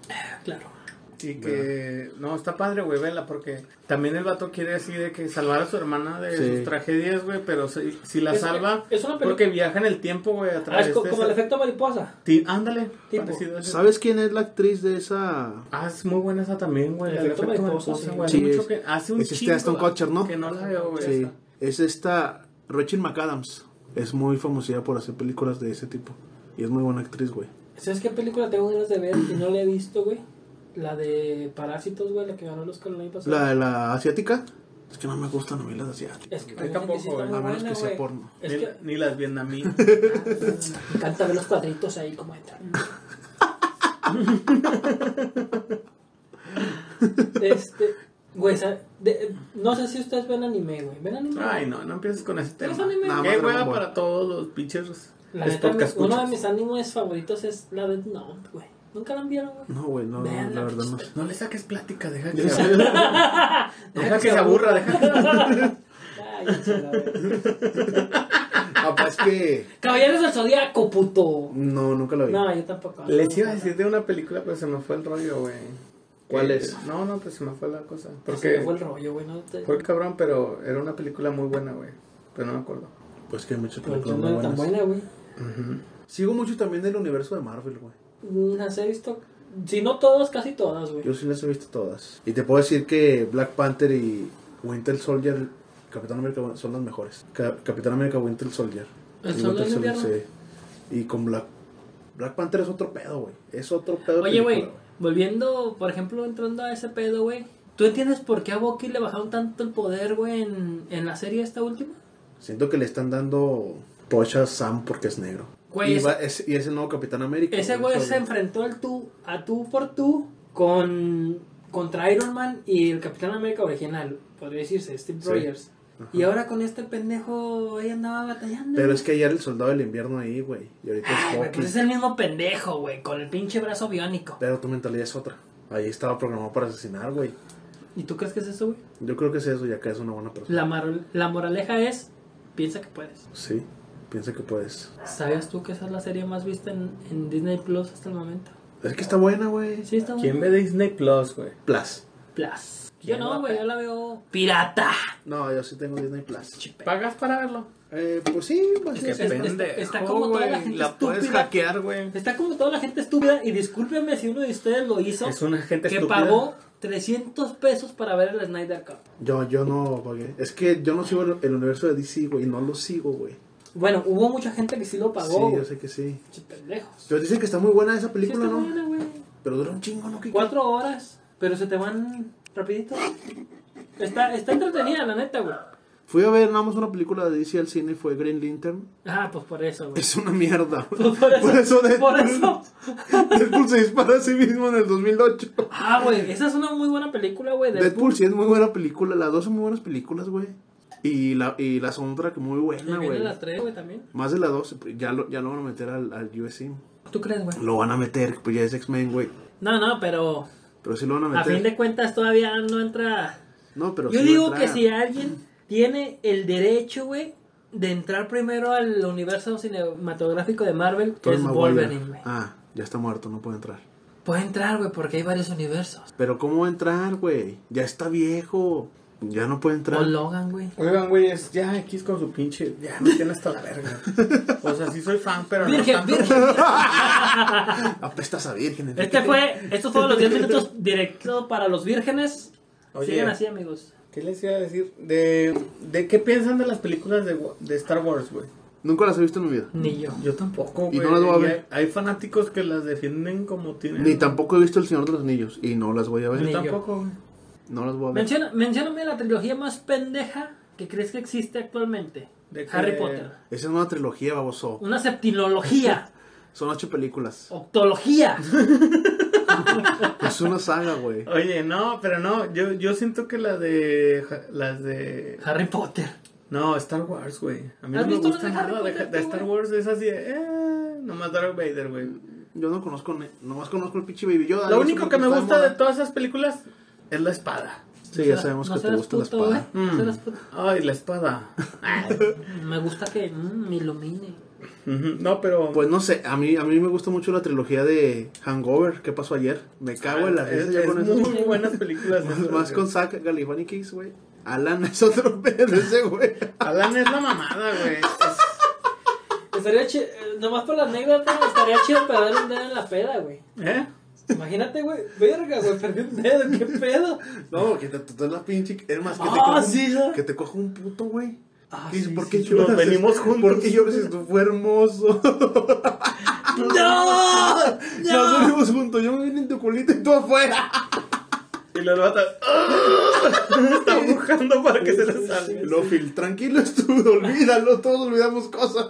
C: de- Claro.
B: Y que. No, está padre, güey. Vela, porque también el vato quiere así de que salvar a su hermana de
A: Sí.
B: sus tragedias, güey. Pero si, si la
C: Es-
B: salva.
C: es una peli-
B: Porque viaja en el tiempo, güey. A
C: Ah,
B: través
C: es co-
B: de
C: como el
B: esa-
C: efecto mariposa.
B: Ti- ándale.
C: Tipo.
B: parecido a ese.
A: ¿Sabes quién es la actriz de esa?
B: Ah, es muy buena esa también, güey.
C: El
B: la del
C: efecto
B: efecto
C: mariposa,
B: mariposa,
C: sí.
B: güey.
A: Sí,
B: hace, mucho
A: es-
B: que, hace un
A: es este
B: chingo
A: Aston Kutcher, ¿no?
B: Que no la veo, güey.
A: Sí,
B: esa.
A: es esta Rachel McAdams. Es muy famosa por hacer películas de ese tipo. Y es muy buena actriz, güey.
C: ¿Sabes qué película tengo ganas de ver y no la he visto, güey? La de Parásitos, güey, la que ganó los con el año pasado.
A: La, la asiática. Es que no me gustan novelas asiáticas.
C: Es que
B: Yo
C: obviamente
B: tampoco,
C: sí está
B: güey.
C: muy
A: A menos
C: buena,
A: que sea
C: güey.
A: porno.
C: Es
B: ni,
C: que
B: ni
A: *laughs*
B: las vietnamitas.
C: me encanta ver los cuadritos ahí como entran. este, güey, sa- de- no sé si ustedes ven anime, güey. ¿Ven anime?
B: Ay, no, no empieces con ese tema.
C: Los animes.
A: Nada más
B: Qué
A: Dragon
B: hueva
A: Ball.
B: para todos los pinches.
C: La
B: es
C: neta,
B: podcast
C: uno de
B: escuchas.
C: mis animes favoritos es la Death Note, güey. ¿Nunca la vieron, güey?
A: No, güey, no,
C: Vean
A: la
C: la
A: verdad no.
B: No le saques plática, deja que,
A: Ya
B: se, aburra.
C: *laughs*
B: deja que se aburra, deja que...
C: Ay, se la ve.
A: Capaz Ah, pues que.
C: *laughs* Caballeros del Zodíaco, puto.
A: No, nunca la vi.
C: No, yo tampoco.
B: Les iba a decir de una película, pero se me fue el rollo, güey.
A: ¿Cuál
B: Eh,
A: es?
B: No, no, pues se me fue la cosa. Porque
C: Porque fue el rollo, güey. No te...
B: fue cabrón, pero era una película muy buena, güey. Pero no me acuerdo.
A: Pues que hay muchas
C: Pero
A: películas
C: no
A: muy
C: era tan
A: buenas.
C: buena, güey.
A: Sigo mucho también del universo de Marvel, güey.
C: Mm, Las he visto. Si no todas, casi todas, güey.
A: Yo sí las he visto todas. Y te puedo decir que Black Panther y Winter Soldier, Capitán América son las mejores. Ca- Capitán América, Winter Soldier.
C: ¿El
A: Y Winter
C: soldado del invierno?
A: sí. Y con Black Black Panther es otro pedo, güey. Es otro pedo. de
C: Oye, güey,
A: película,
C: volviendo, por ejemplo, entrando a ese pedo, güey. ¿Tú entiendes por qué a Bucky le bajaron tanto el poder, güey, en, en la serie esta última?
A: Siento que le están dando pocha a Sam porque es negro.
C: Güey,
A: y,
C: ese-
A: va- es, y es el nuevo Capitán América.
C: Ese güey se enfrentó al tú, a tú por tú con contra Iron Man y el Capitán América original, podría decirse, Steve
A: Sí.
C: Rogers. Y ahora con este pendejo ahí andaba batallando.
A: Pero
C: güey.
A: es que ayer el soldado del invierno ahí, güey. Y ahorita
C: Ay,
A: es
C: güey,
A: Bucky.
C: pues es el mismo pendejo, güey, con el pinche brazo biónico.
A: Pero tu mentalidad es otra. Ahí estaba programado para asesinar, güey.
C: ¿Y tú crees que es eso, güey?
A: Yo creo que es eso, ya que es una buena persona.
C: La, maro- la moraleja es, piensa que puedes.
A: Sí, piensa que puedes.
C: ¿Sabías tú que esa es la serie más vista en, en Disney Plus hasta el momento?
A: Es que está buena, güey.
C: Sí, está
B: ¿Quién
C: bueno.
B: ve Disney Plus, güey?
A: Plus.
C: Plus. Yo
B: ¿Quién va
C: no,
B: a
C: güey,
B: pe-
C: yo la veo pirata.
A: No, yo sí tengo Disney Plus.
B: ¿Pagas para verlo?
A: Eh, pues sí, pues
B: Qué
A: sí.
C: es-
B: pendejo,
C: está como toda la
B: güey.
C: gente
B: La puedes
C: estúpida.
B: hackear, güey.
C: Está como toda la gente estúpida y discúlpenme si uno de ustedes lo hizo.
B: Es una gente
C: que
B: estúpida.
C: pagó 300 pesos para ver el Snyder Cup.
A: Yo, yo no pagué. Es que yo no sigo el, el universo de DC, güey. No lo sigo, güey.
C: Bueno, hubo mucha gente que sí lo
A: Sí,
C: pagó.
A: yo
C: güey.
A: sé que sí.
C: Pinche pendejos.
A: Pero dicen que está muy buena esa
C: Sí está
A: película, ¿no?
C: buena, güey.
A: Pero dura un chingo, ¿no? ¿Qué-
C: Cuatro horas, pero se te van rapidito. Está, está entretenida, la neta, güey.
A: Fui a ver nada más una película de DC al cine, fue Green
C: *laughs*
A: Lantern.
C: Ah, pues por
A: *laughs*
C: eso, güey.
A: Es una mierda. güey.
C: Pues Por eso,
A: de-
C: por eso.
A: *laughs* Deadpool se dispara a sí mismo en el 2008.
C: Ah, güey, esa es una muy buena película, güey. de-
A: Deadpool sí es muy buena película. Las dos son muy buenas películas, güey. Y la, y la soundtrack muy
C: Y
A: buena,
C: viene
A: güey.
C: la 3, Ah, güey, también.
A: Más de las dos, pues, ya lo, ya lo van a meter al, al USC.
C: ¿Tú crees, güey?
A: Lo van a meter, pues ya es X-Men, güey.
C: No, no, pero
A: Pero sí lo van a
C: a
A: meter.
C: fin de cuentas todavía no entra
A: No, pero
C: Yo
A: sí va a
C: digo
A: entrar.
C: que ah, si alguien tiene el derecho, güey, de entrar primero al universo cinematográfico de Marvel, que
A: Tobey
C: es
A: Maguire.
C: Wolverine, güey.
A: Ah, ya está muerto, no puede entrar.
C: Puede entrar, güey, porque hay varios universos.
A: Pero ¿cómo va a entrar, güey? Ya está viejo. Ya no puede entrar.
C: O Logan, güey.
B: Oigan, güey, es ya X con su pinche. Ya me tiene hasta la verga. O sea, sí soy fan, pero no
C: Virgen,
B: tanto.
C: virgen.
A: *gasps* Apestas a virgen. Enrique.
C: Este fue, estos fueron los 10 minutos directo para los vírgenes.
B: Oye.
C: Sigan así, amigos.
B: ¿Qué les iba a decir? De, de qué piensan de las películas de, wa- de Star Wars, güey.
A: Nunca las he visto en mi vida.
C: Ni yo.
B: Yo tampoco,
A: Y
B: güey.
A: no las voy a
B: Y
A: ver.
B: Hay, hay fanáticos que las defienden como tienen.
A: Ni tampoco he visto El Señor de los Anillos. Y no las voy a
C: Ni
A: ver.
C: yo.
B: Tampoco, güey.
A: No las voy a ver.
C: Menciona, mencióname la trilogía más pendeja que crees que existe actualmente.
B: De
C: Harry
B: que-
C: Potter.
A: Esa es una trilogía, baboso.
C: Una septilología.
A: Son ocho películas.
C: Octología.
A: Es una saga, güey.
B: Oye, no, pero no. Yo, yo siento que la de. ja- Las de.
C: Harry Potter.
B: No, Star Wars, güey. A mí
C: ¿Has
B: no me
C: visto
B: gusta
C: las de Harry
B: nada de,
C: Potter,
B: de
C: tú,
B: Star
C: güey?
B: Wars. Es así de. Eh, nomás Darth Vader, güey.
A: Yo no conozco, ne- nomás conozco el pinche Baby Yoda.
B: Lo
A: Yo
B: único
A: supongo
B: que me
A: está de
B: gusta
A: moda.
B: de todas esas películas es la espada.
A: Sí, ya sabemos que te
C: serás
A: gusta la
C: puto,
A: espada.
C: güey. No
B: Mm.
C: serás puto.
B: Ay, la
C: *laughs*
B: espada.
C: Me gusta que mm, me ilumine.
B: Ujú, No, pero.
A: Pues no sé, a mí, a mí me gusta mucho la trilogía de Hangover, ¿qué pasó ayer? Me cago en la
B: es,
A: risa yo
B: es
A: con eso.
B: muy buenas
A: *laughs*
B: películas.
A: Más,
B: esas,
A: más
B: güey.
A: con Zack Galifianakis, güey. Alan es otro *laughs* pedo ese, güey.
B: Alan es la mamada, güey. Es-
C: Estaría chido, nomás por la anécdota, estaría chido perder un dedo en la peda, güey.
B: ¿Eh?
C: Imagínate, güey. Verga, güey, perdí un dedo, qué
A: *laughs*
C: pedo.
A: No, que te tatué la pinche. Es más, que te,
C: Ah,
A: coja un-
C: sí, ¿no?
A: que te coja un puto, güey.
C: Ah,
A: Y dices,
C: sí,
A: ¿Por
C: sí,
A: qué
B: sí, nos
A: lloras?
B: venimos
A: *laughs*
B: juntos.
A: ¿Por qué lloras? Esto fue
B: *laughs*
A: hermoso.
C: ¡No!
A: Nos venimos juntos. Yo me vine en tu culito y tú afuera.
B: Y lo levanta. Está buscando para que se le salga.
A: Lo fil, tranquilo, estuvo. Olvídalo, todos olvidamos cosas.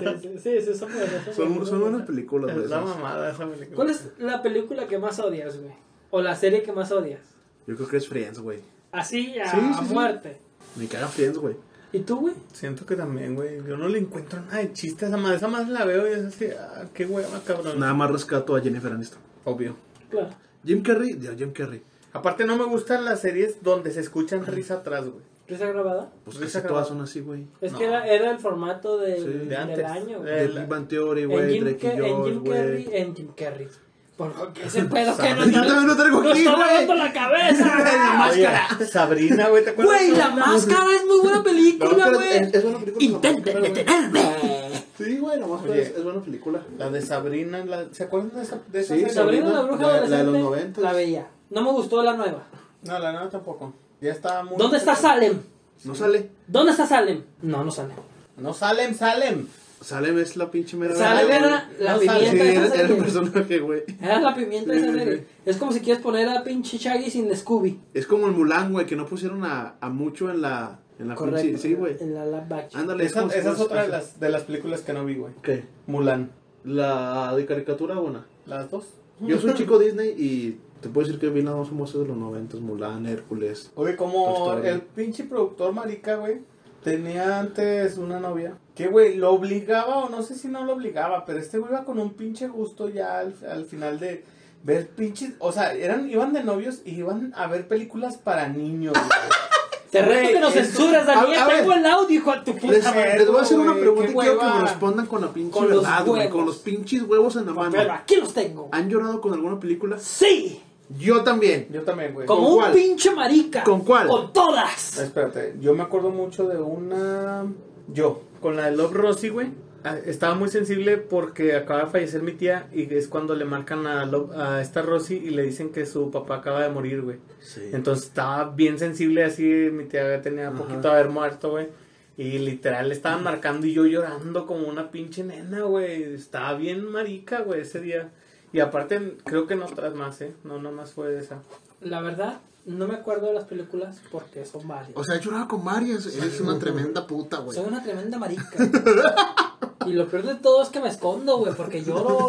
C: Sí, sí, sí, sí, son
A: Son,
C: buenas, buenas,
A: son
C: buenas.
A: unas películas de
B: Es la
A: esas.
B: mamada esa película.
C: ¿Cuál es la película que más odias, güey? O la serie que más odias.
A: Yo creo que es Friends, güey.
C: Así, a
A: Sí, sí,
C: a
A: sí.
C: muerte.
A: Me caga Friends, güey.
C: ¿Y tú, güey?
B: Siento que también, güey. Yo no le encuentro nada de chiste a esa madre. Esa madre la veo y es así. Ah, qué hueva, cabrón.
A: Nada más rescato a Jennifer Aniston.
B: Obvio.
C: Claro.
A: Jim Carrey, ya Jim Carrey.
B: Aparte, no me gustan las series donde se escuchan risa atrás, güey.
C: ¿Risa grabada?
A: Pues
B: Risa
A: casi
B: grabada.
A: todas son así, güey.
C: Es
B: No.
C: que era, era el formato del,
A: Sí, de
C: del
B: antes.
C: año, güey.
B: Eh,
A: De
B: la-
A: Big Bang Theory,
C: en
A: güey,
C: Jim,
A: Drake
C: Car-
A: y
C: en
A: Josh,
C: Jim
A: güey.
C: Carrey, en Jim Carrey. ¿Por qué ese pedo que nos
A: Yo también lo traigo
C: nos
A: aquí,
C: está
A: güey.
C: lavando
A: *laughs*
C: la cabeza?
B: Oye, Sabrina, güey, ¿te acuerdas?
C: Güey, la máscara es muy buena película,
A: Pero
C: güey.
A: es- es buena película,
C: Intenten
A: pero-
C: detenerme.
A: Sí, güey, la máscara
B: Oye.
A: es, es buena película.
B: La de Sabrina, la- ¿se acuerdan de esa? De esa
A: Sí,
B: serie?
C: Sabrina la
A: La-
C: bruja
A: la de
C: adolescente,
A: los noventas.
C: La veía. No me gustó la nueva.
B: No, la nueva tampoco. Ya está muy.
C: ¿Dónde está Salem?
A: No sale.
C: ¿Dónde está Salem? No, no sale.
B: No, Salem, Salem.
A: Sale, es la pinche mera.
C: Salem
A: verga,
C: era
A: güey.
C: la
A: No,
C: pimienta
A: Salem,
C: de
A: Sí,
C: esa
A: era, era el
C: serie.
A: personaje, güey.
C: Era la pimienta de esa
A: Sí, sí,
C: serie. Es como si quieres poner a pinche Shaggy sin Scooby.
A: Es como el Mulan, güey, que no pusieron a, a mucho en la. En la pinche- Sí, güey.
C: En la lab batch.
A: Ándale,
B: Esa,
A: como si
B: esa es
A: fueras-
B: otra de las, de las películas que no vi, güey.
A: ¿Qué?
B: Mulan.
A: La de caricatura, buena.
B: ¿Las dos?
A: Yo
B: *laughs*
A: soy chico Disney y te puedo decir que vi las más famosas de los 90, Mulan, Hércules.
B: Oye, como
A: Toy Story.
B: el pinche productor marica, güey, tenía antes una novia. Que, güey, lo obligaba o no sé si no lo obligaba, pero este güey iba con un pinche gusto ya al, al final de ver pinches... O sea, eran iban de novios y iban a ver películas para niños, güey.
C: Te reto
B: Güey,
C: que nos
B: eso-
C: censuras, Daniel.
A: A- a
C: Tengo
A: ver.
C: el audio, hijo de tu puta.
A: Les, eh,
C: madre.
A: les voy a hacer una
B: güey,
A: pregunta
B: qué
A: y quiero que
B: hueva.
A: me respondan con la pinche
C: Con los
A: verdad, güey.
C: huevos.
A: Con los pinches huevos en la mano.
C: Pero aquí los tengo.
A: ¿Han llorado con alguna película?
C: Sí.
A: Yo también.
B: Yo también, güey.
C: Como un
A: cuál?
C: pinche marica.
A: ¿Con cuál?
C: Con todas.
B: Ah, Espérate, yo me acuerdo mucho de una. Yo, con la de Love Rosy, güey. ah, Estaba muy sensible porque acaba de fallecer mi tía y es cuando le marcan a, Love- a esta Rosy y le dicen que su papá acaba de morir, güey.
A: Sí.
B: Entonces estaba bien sensible así, mi tía ya tenía poquito de haber muerto, güey. Y literal le estaban marcando y yo llorando como una pinche nena, güey. Estaba bien marica, güey, ese día. Y aparte, creo que no otras más, ¿eh? No, nomás fue esa.
C: La verdad, no me acuerdo de las películas porque son varias.
A: O sea, he llorado con varias. Eres una tremenda puta, güey.
C: Soy una tremenda
A: *laughs*
C: marica. y lo peor de todo es que me escondo, güey, porque lloro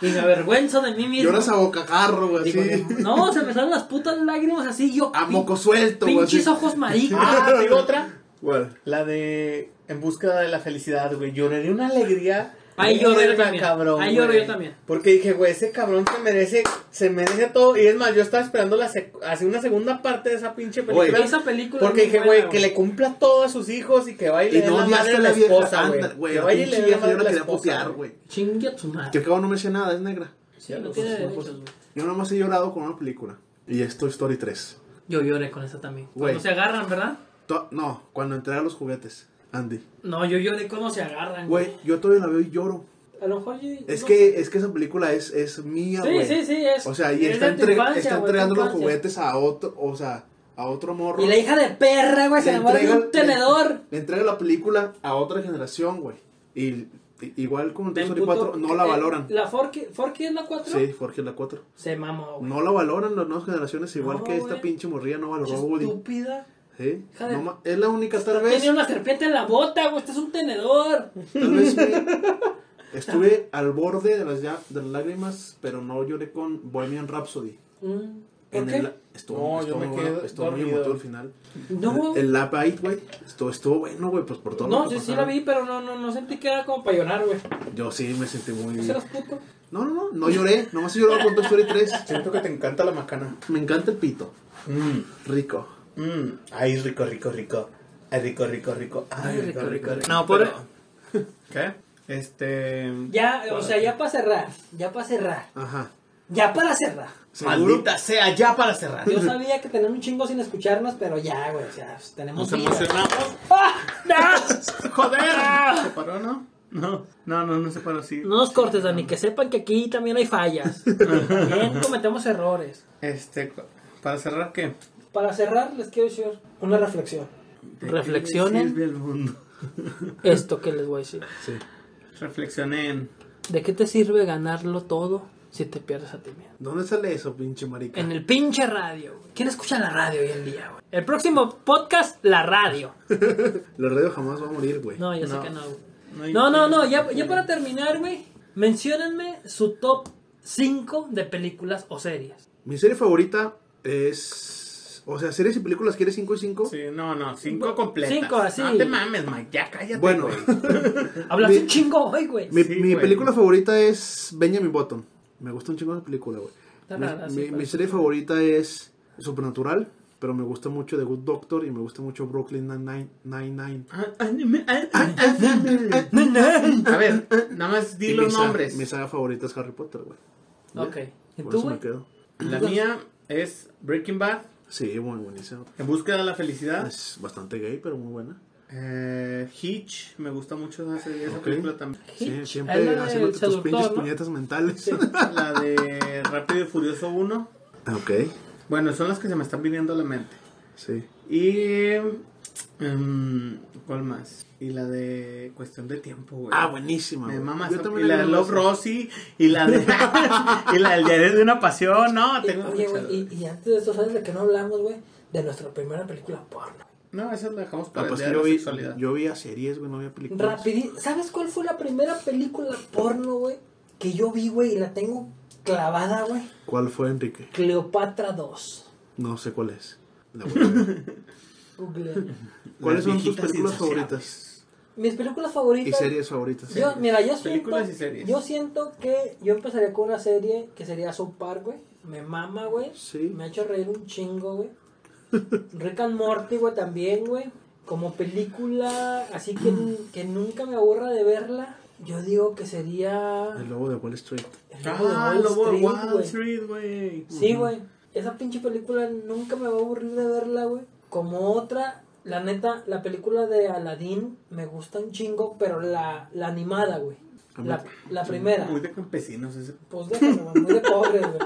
C: y me avergüenzo de mí mismo.
A: Lloras a bocajarro, güey,
C: Digo,
A: así.
C: No, se me salen las putas lágrimas así, yo.
A: A
C: pin-
A: moco suelto, güey.
C: Pinches
A: así.
C: ojos marica.
B: Ah, ¿te digo otra?
A: Güey.
B: La de En búsqueda de la felicidad, güey. Lloré de una alegría
C: Ahí lloro yo
E: Mierda,
C: también.
E: cabrón,
C: Ahí lloro yo
E: güey.
C: también.
E: Porque dije, güey, ese cabrón se merece, se merece todo. Y es más, yo estaba esperando la sec- así una segunda parte de esa pinche película.
A: Güey.
C: Esa película.
E: Porque
C: es muy
E: dije, güey,
C: buena,
E: que le cumpla todo a sus hijos y que baile
A: Y
E: no,
A: no
E: la
A: odiaste
E: madre
A: a
E: de la
A: la vieja.
E: esposa, güey.
A: ándale, güey.
E: que
A: la
E: baile
A: pinche
E: la
A: vieja,
E: madre
A: yo
E: de
A: la
E: la
A: quería putear,
E: esposa. güey.
A: güey.
C: Chingue a tu madre.
A: Que al cabo no me sé nada, es negra.
C: Sí,
E: Ya
C: no
E: los
C: tiene
E: ojos.
C: derechos, güey.
A: Yo nomás he llorado con una película. Y es Toy Story 3.
C: Yo lloré con esa también.
A: Güey.
C: Cuando se agarran, ¿verdad?
A: To- no, cuando entrega los juguetes, Andy.
C: No, yo lloré cuando se agarran.
A: Güey, yo todavía la veo y lloro.
C: A lo mejor. yo-
A: Es
C: no
A: que,
C: sé.
A: es que esa película es, es mía,
C: Sí,
A: güey.
C: sí, sí. Es,
A: O sea, y
C: es
A: está,
C: de tu
A: entre-
C: infancia,
A: está
C: güey,
A: entregando
C: tu
A: los
C: infancia.
A: juguetes a otro, o sea, a otro morro.
C: Y la hija de perra, güey, se
A: Le
C: enamora de
A: entrega-
C: un tenedor.
A: Le, le entrega la película a otra generación, güey. Y, i- igual con Toy
C: Ten
A: Story
C: puto-
A: 4 no la
C: eh,
A: valoran.
C: ¿La Forky, Forky es la 4?
A: Sí, porque es la 4.
C: Se mamó, güey.
A: No la valoran las nuevas generaciones, igual
C: No,
A: que esta
C: güey.
A: pinche morría no valoró a Woody.
C: Estúpida.
A: Sí,
C: Hija de-
A: no ma- es la única tal vez.
C: Tenía una serpiente en la bota, güey. Este es un tenedor.
A: Tal vez
C: *laughs*
A: me- estuve al borde de las, ya- de las lágrimas, pero no lloré con Bohemian Rhapsody.
C: Mm, ¿Por
A: En
C: qué?
A: el- estuvo
E: No,
A: estuvo
E: yo me
A: muy
E: quedé
A: bueno, estuvo muy
E: dormido.
A: emotivo al final.
C: No,
A: El Lap Bite, güey, estuvo, estuvo bueno, güey, pues por todo lo
C: no,
A: que
C: yo sí la
A: pasaron.
C: vi, pero no, no, no sentí que era como para llorar, güey.
A: Yo sí me sentí muy...
C: ¿No serás puto?
A: No, no, no, no lloré, nomás he llorado con Toy Story 3.
E: Siento que te encanta la macana.
A: Me encanta el pito,
E: Mmm,
A: rico.
E: mmm. Ay, rico, rico, rico. Ay, rico, rico, rico. Ay, rico, rico, rico.
B: No, por.
E: Pero-
C: *laughs*
B: ¿Qué? Este.
C: Ya, o sea, ya para cerrar. Ya para cerrar.
A: Ajá.
C: Ya para cerrar.
A: ¿Seguro?
E: Maldita sea, ya para cerrar.
B: *laughs*
C: Yo sabía que tenían un chingo sin escucharnos, pero ya, güey. O sea, pues, tenemos.
B: Nos
C: vida.
B: emocionamos.
C: ¡Ah!
B: ¡Joder! ¿Se paró, no? No, no, no, no se paró así.
C: No nos cortes, Dani, que sepan que aquí también hay fallas. También cometemos errores.
B: Este, cu- para cerrar, ¿qué?
C: Para cerrar, les quiero decir una reflexión. Reflexionen
B: Sirve el mundo.
C: esto que les voy a decir.
A: Sí.
B: Reflexionen.
C: ¿De qué te sirve ganarlo todo si te pierdes a ti mismo?
A: ¿Dónde sale eso, pinche marica?
C: En el pinche radio. güey. ¿Quién escucha la radio hoy en día, güey? El próximo podcast, la radio.
A: La radio jamás va a morir, güey.
C: No, yo
B: No.
C: sé que no, güey.
B: No hay-
C: No, no, no, ya, ya para terminar, güey, menciónenme su top 5 de películas o series.
A: Mi serie favorita es... O sea, series y películas, ¿quieres 5 y 5?
B: Sí, no, no, cinco completas.
C: Cinco, así.
B: No te mames, Mike, ya cállate.
A: Bueno, *laughs*
B: güey.
C: Hablaste
A: Eh, Mi-
C: un chingo hoy, güey. *laughs*
A: Mi,
B: Sí,
A: mi
B: güey.
A: película favorita es Benjamin Button. Me gusta un chingo esa película, güey.
C: Está
A: Mi-
C: rara, sí,
A: mi,
C: pero-
A: mi serie favorita es Supernatural, pero me gusta mucho The Good Doctor y me gusta mucho Brooklyn Nine-Nine.
B: Ah, A ver, nada más di
A: Y mi
B: los
A: sa-
B: nombres.
A: Mi saga favorita es Harry Potter, güey.
C: Ok. ¿Y
A: Por
C: tú,
A: eso me
C: güey?
A: quedo.
B: La mía es Breaking Bad,
A: Sí, muy buenísimo.
B: En búsqueda de la felicidad.
A: Es bastante gay, pero muy buena.
B: Eh, Hitch, me gusta mucho esa, esa
A: Ok.
B: película también.
A: Sí,
C: Hitch, es la
A: siempre
C: del
A: haciéndote tus
C: seductor,
A: pinches
C: ¿no?
A: puñetas mentales.
B: La de Rápido y Furioso 1.
A: Ah, *laughs* ok,
B: Bueno, son las que se me están viniendo a la mente.
A: sí.
B: Y. mm, ¿Cuál más? Y la de Cuestión de Tiempo, güey.
A: Ah, buenísima.
B: Me
A: güey.
B: mama
A: Yo
B: esa-
A: también
B: Y la de
A: quiero ver
B: Love
A: esa.
B: Rossi. Y la de. *laughs* y la del Diario de una Pasión. No,
C: Y-
B: tengo.
C: Oye,
B: muchas,
C: güey, y, y antes de esto, ¿sabes de qué no hablamos, güey? De nuestra primera película porno.
B: No, esas las dejamos
A: Ah,
B: para el
A: pues
B: día
A: que
B: de
A: yo
B: la
A: vi,
B: sexualidad.
A: yo vi a series, güey, no había películas.
C: Rapidí, ¿sabes cuál fue la primera película porno, güey? Que yo vi, güey, y la tengo clavada, güey.
A: ¿Cuál fue, Enrique?
C: Cleopatra
A: *laughs*
C: 2.
A: No sé cuál es. *laughs* La voy a ver.
C: Google.
A: ¿Cuáles son tus
B: viejitas
A: películas
B: insaciables.
A: favoritas?
C: Mis películas
A: Y
C: favoritas.
A: series favoritas.
C: Yo, mira, yo siento,
B: Películas y series.
C: yo siento que yo empezaría con una serie que sería South Park, güey. Me mama, güey.
A: Sí.
C: Me ha hecho reír un
B: *laughs*
C: chingo, güey. Rick and Morty, güey, también, güey. Como película, así que, que nunca me aburra de verla. Yo digo que sería...
A: El lobo de Wall Street.
C: El Lobo de
B: Ah,
C: Wall
B: Lobo de
C: Street,
B: Wall
C: güey.
B: Street, güey.
C: Sí, güey. Esa pinche película nunca me va a aburrir de verla, güey. Como otra, la neta, la película de Aladdin me gusta un chingo, pero la, la animada, güey.
A: A mí
C: La, la primera.
B: Muy de campesinos ese.
C: Pues déjame, güey, muy de pobre, güey.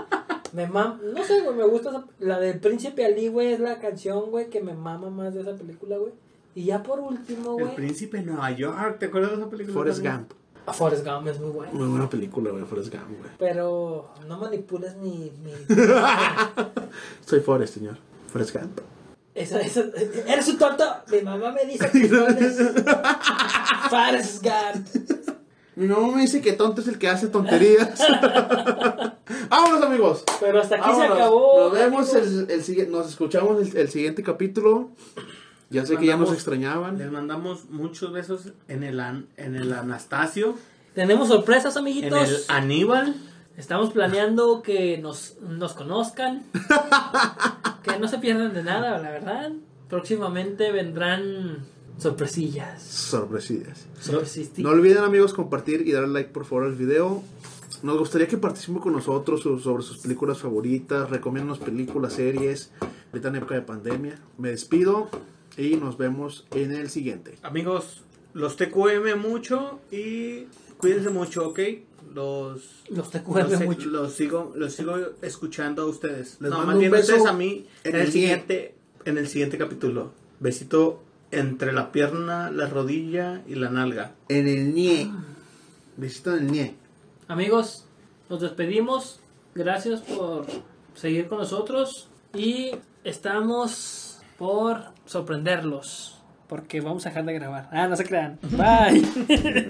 C: Me mam... No sé, güey, me gusta esa... La del Príncipe Ali, güey, es la canción, güey, que me mama más de esa película, güey. Y ya por último,
B: El
C: güey...
B: Príncipe de Nueva York, ¿te acuerdas de esa película?
A: Forrest
B: también?
A: Gump.
C: a Forrest Gump es muy buena.
A: Muy buena película, güey, Forrest Gump, *laughs* güey.
C: Pero no manipules ni... ni...
B: *laughs*
A: Soy Forrest, señor. Forrest Gump.
C: Eso, eso, eres un tonto. Mi mamá me dice que no
A: *laughs*
C: eres Forrest Gump.
A: Mi mamá me dice que tonto es el que hace
C: *laughs*
A: tonterías. *laughs* Vámonos, amigos.
C: Pero hasta aquí se
A: Vámonos.
C: acabó.
A: Nos vemos
C: amigos.
A: el, el siguiente. Nos escuchamos el, el siguiente capítulo. Ya sé que ya nos
B: Mandamos-
A: extrañaban.
B: Les mandamos muchos besos en el, an- en el Anastasio.
C: Tenemos sorpresas,
B: En
C: amiguitos.
B: el Aníbal.
C: Estamos planeando que nos, nos
A: *laughs*
C: conozcan. que no se pierdan de nada, la verdad. Próximamente vendrán sorpresillas.
A: Sorpresillas.
C: Sorpresisti-
A: No olviden amigos compartir y darle like por favor al video. Nos gustaría que participen con nosotros so- sobre sus películas favoritas, recomiéndanos películas, series, ahorita en época de pandemia. Me despido y nos vemos en el siguiente.
B: Amigos, los TQM mucho y cuídense mucho, ¿ok? Los,
C: Los TQM
B: los-
C: mucho.
B: Los sigo, los sigo escuchando a ustedes.
A: Les
B: no,
A: mando
B: más
A: un
B: bien
A: beso
B: ustedes a mí
A: en
B: en,
A: el
B: el siguiente, en el siguiente capítulo. Besito entre la pierna, la rodilla y la nalga.
A: En el NIE.
C: Ah.
A: Visita en el NIE.
C: Amigos, nos despedimos. Gracias por seguir con nosotros. Y estamos por sorprenderlos. Porque vamos a dejar de grabar. Ah, no se crean. Bye.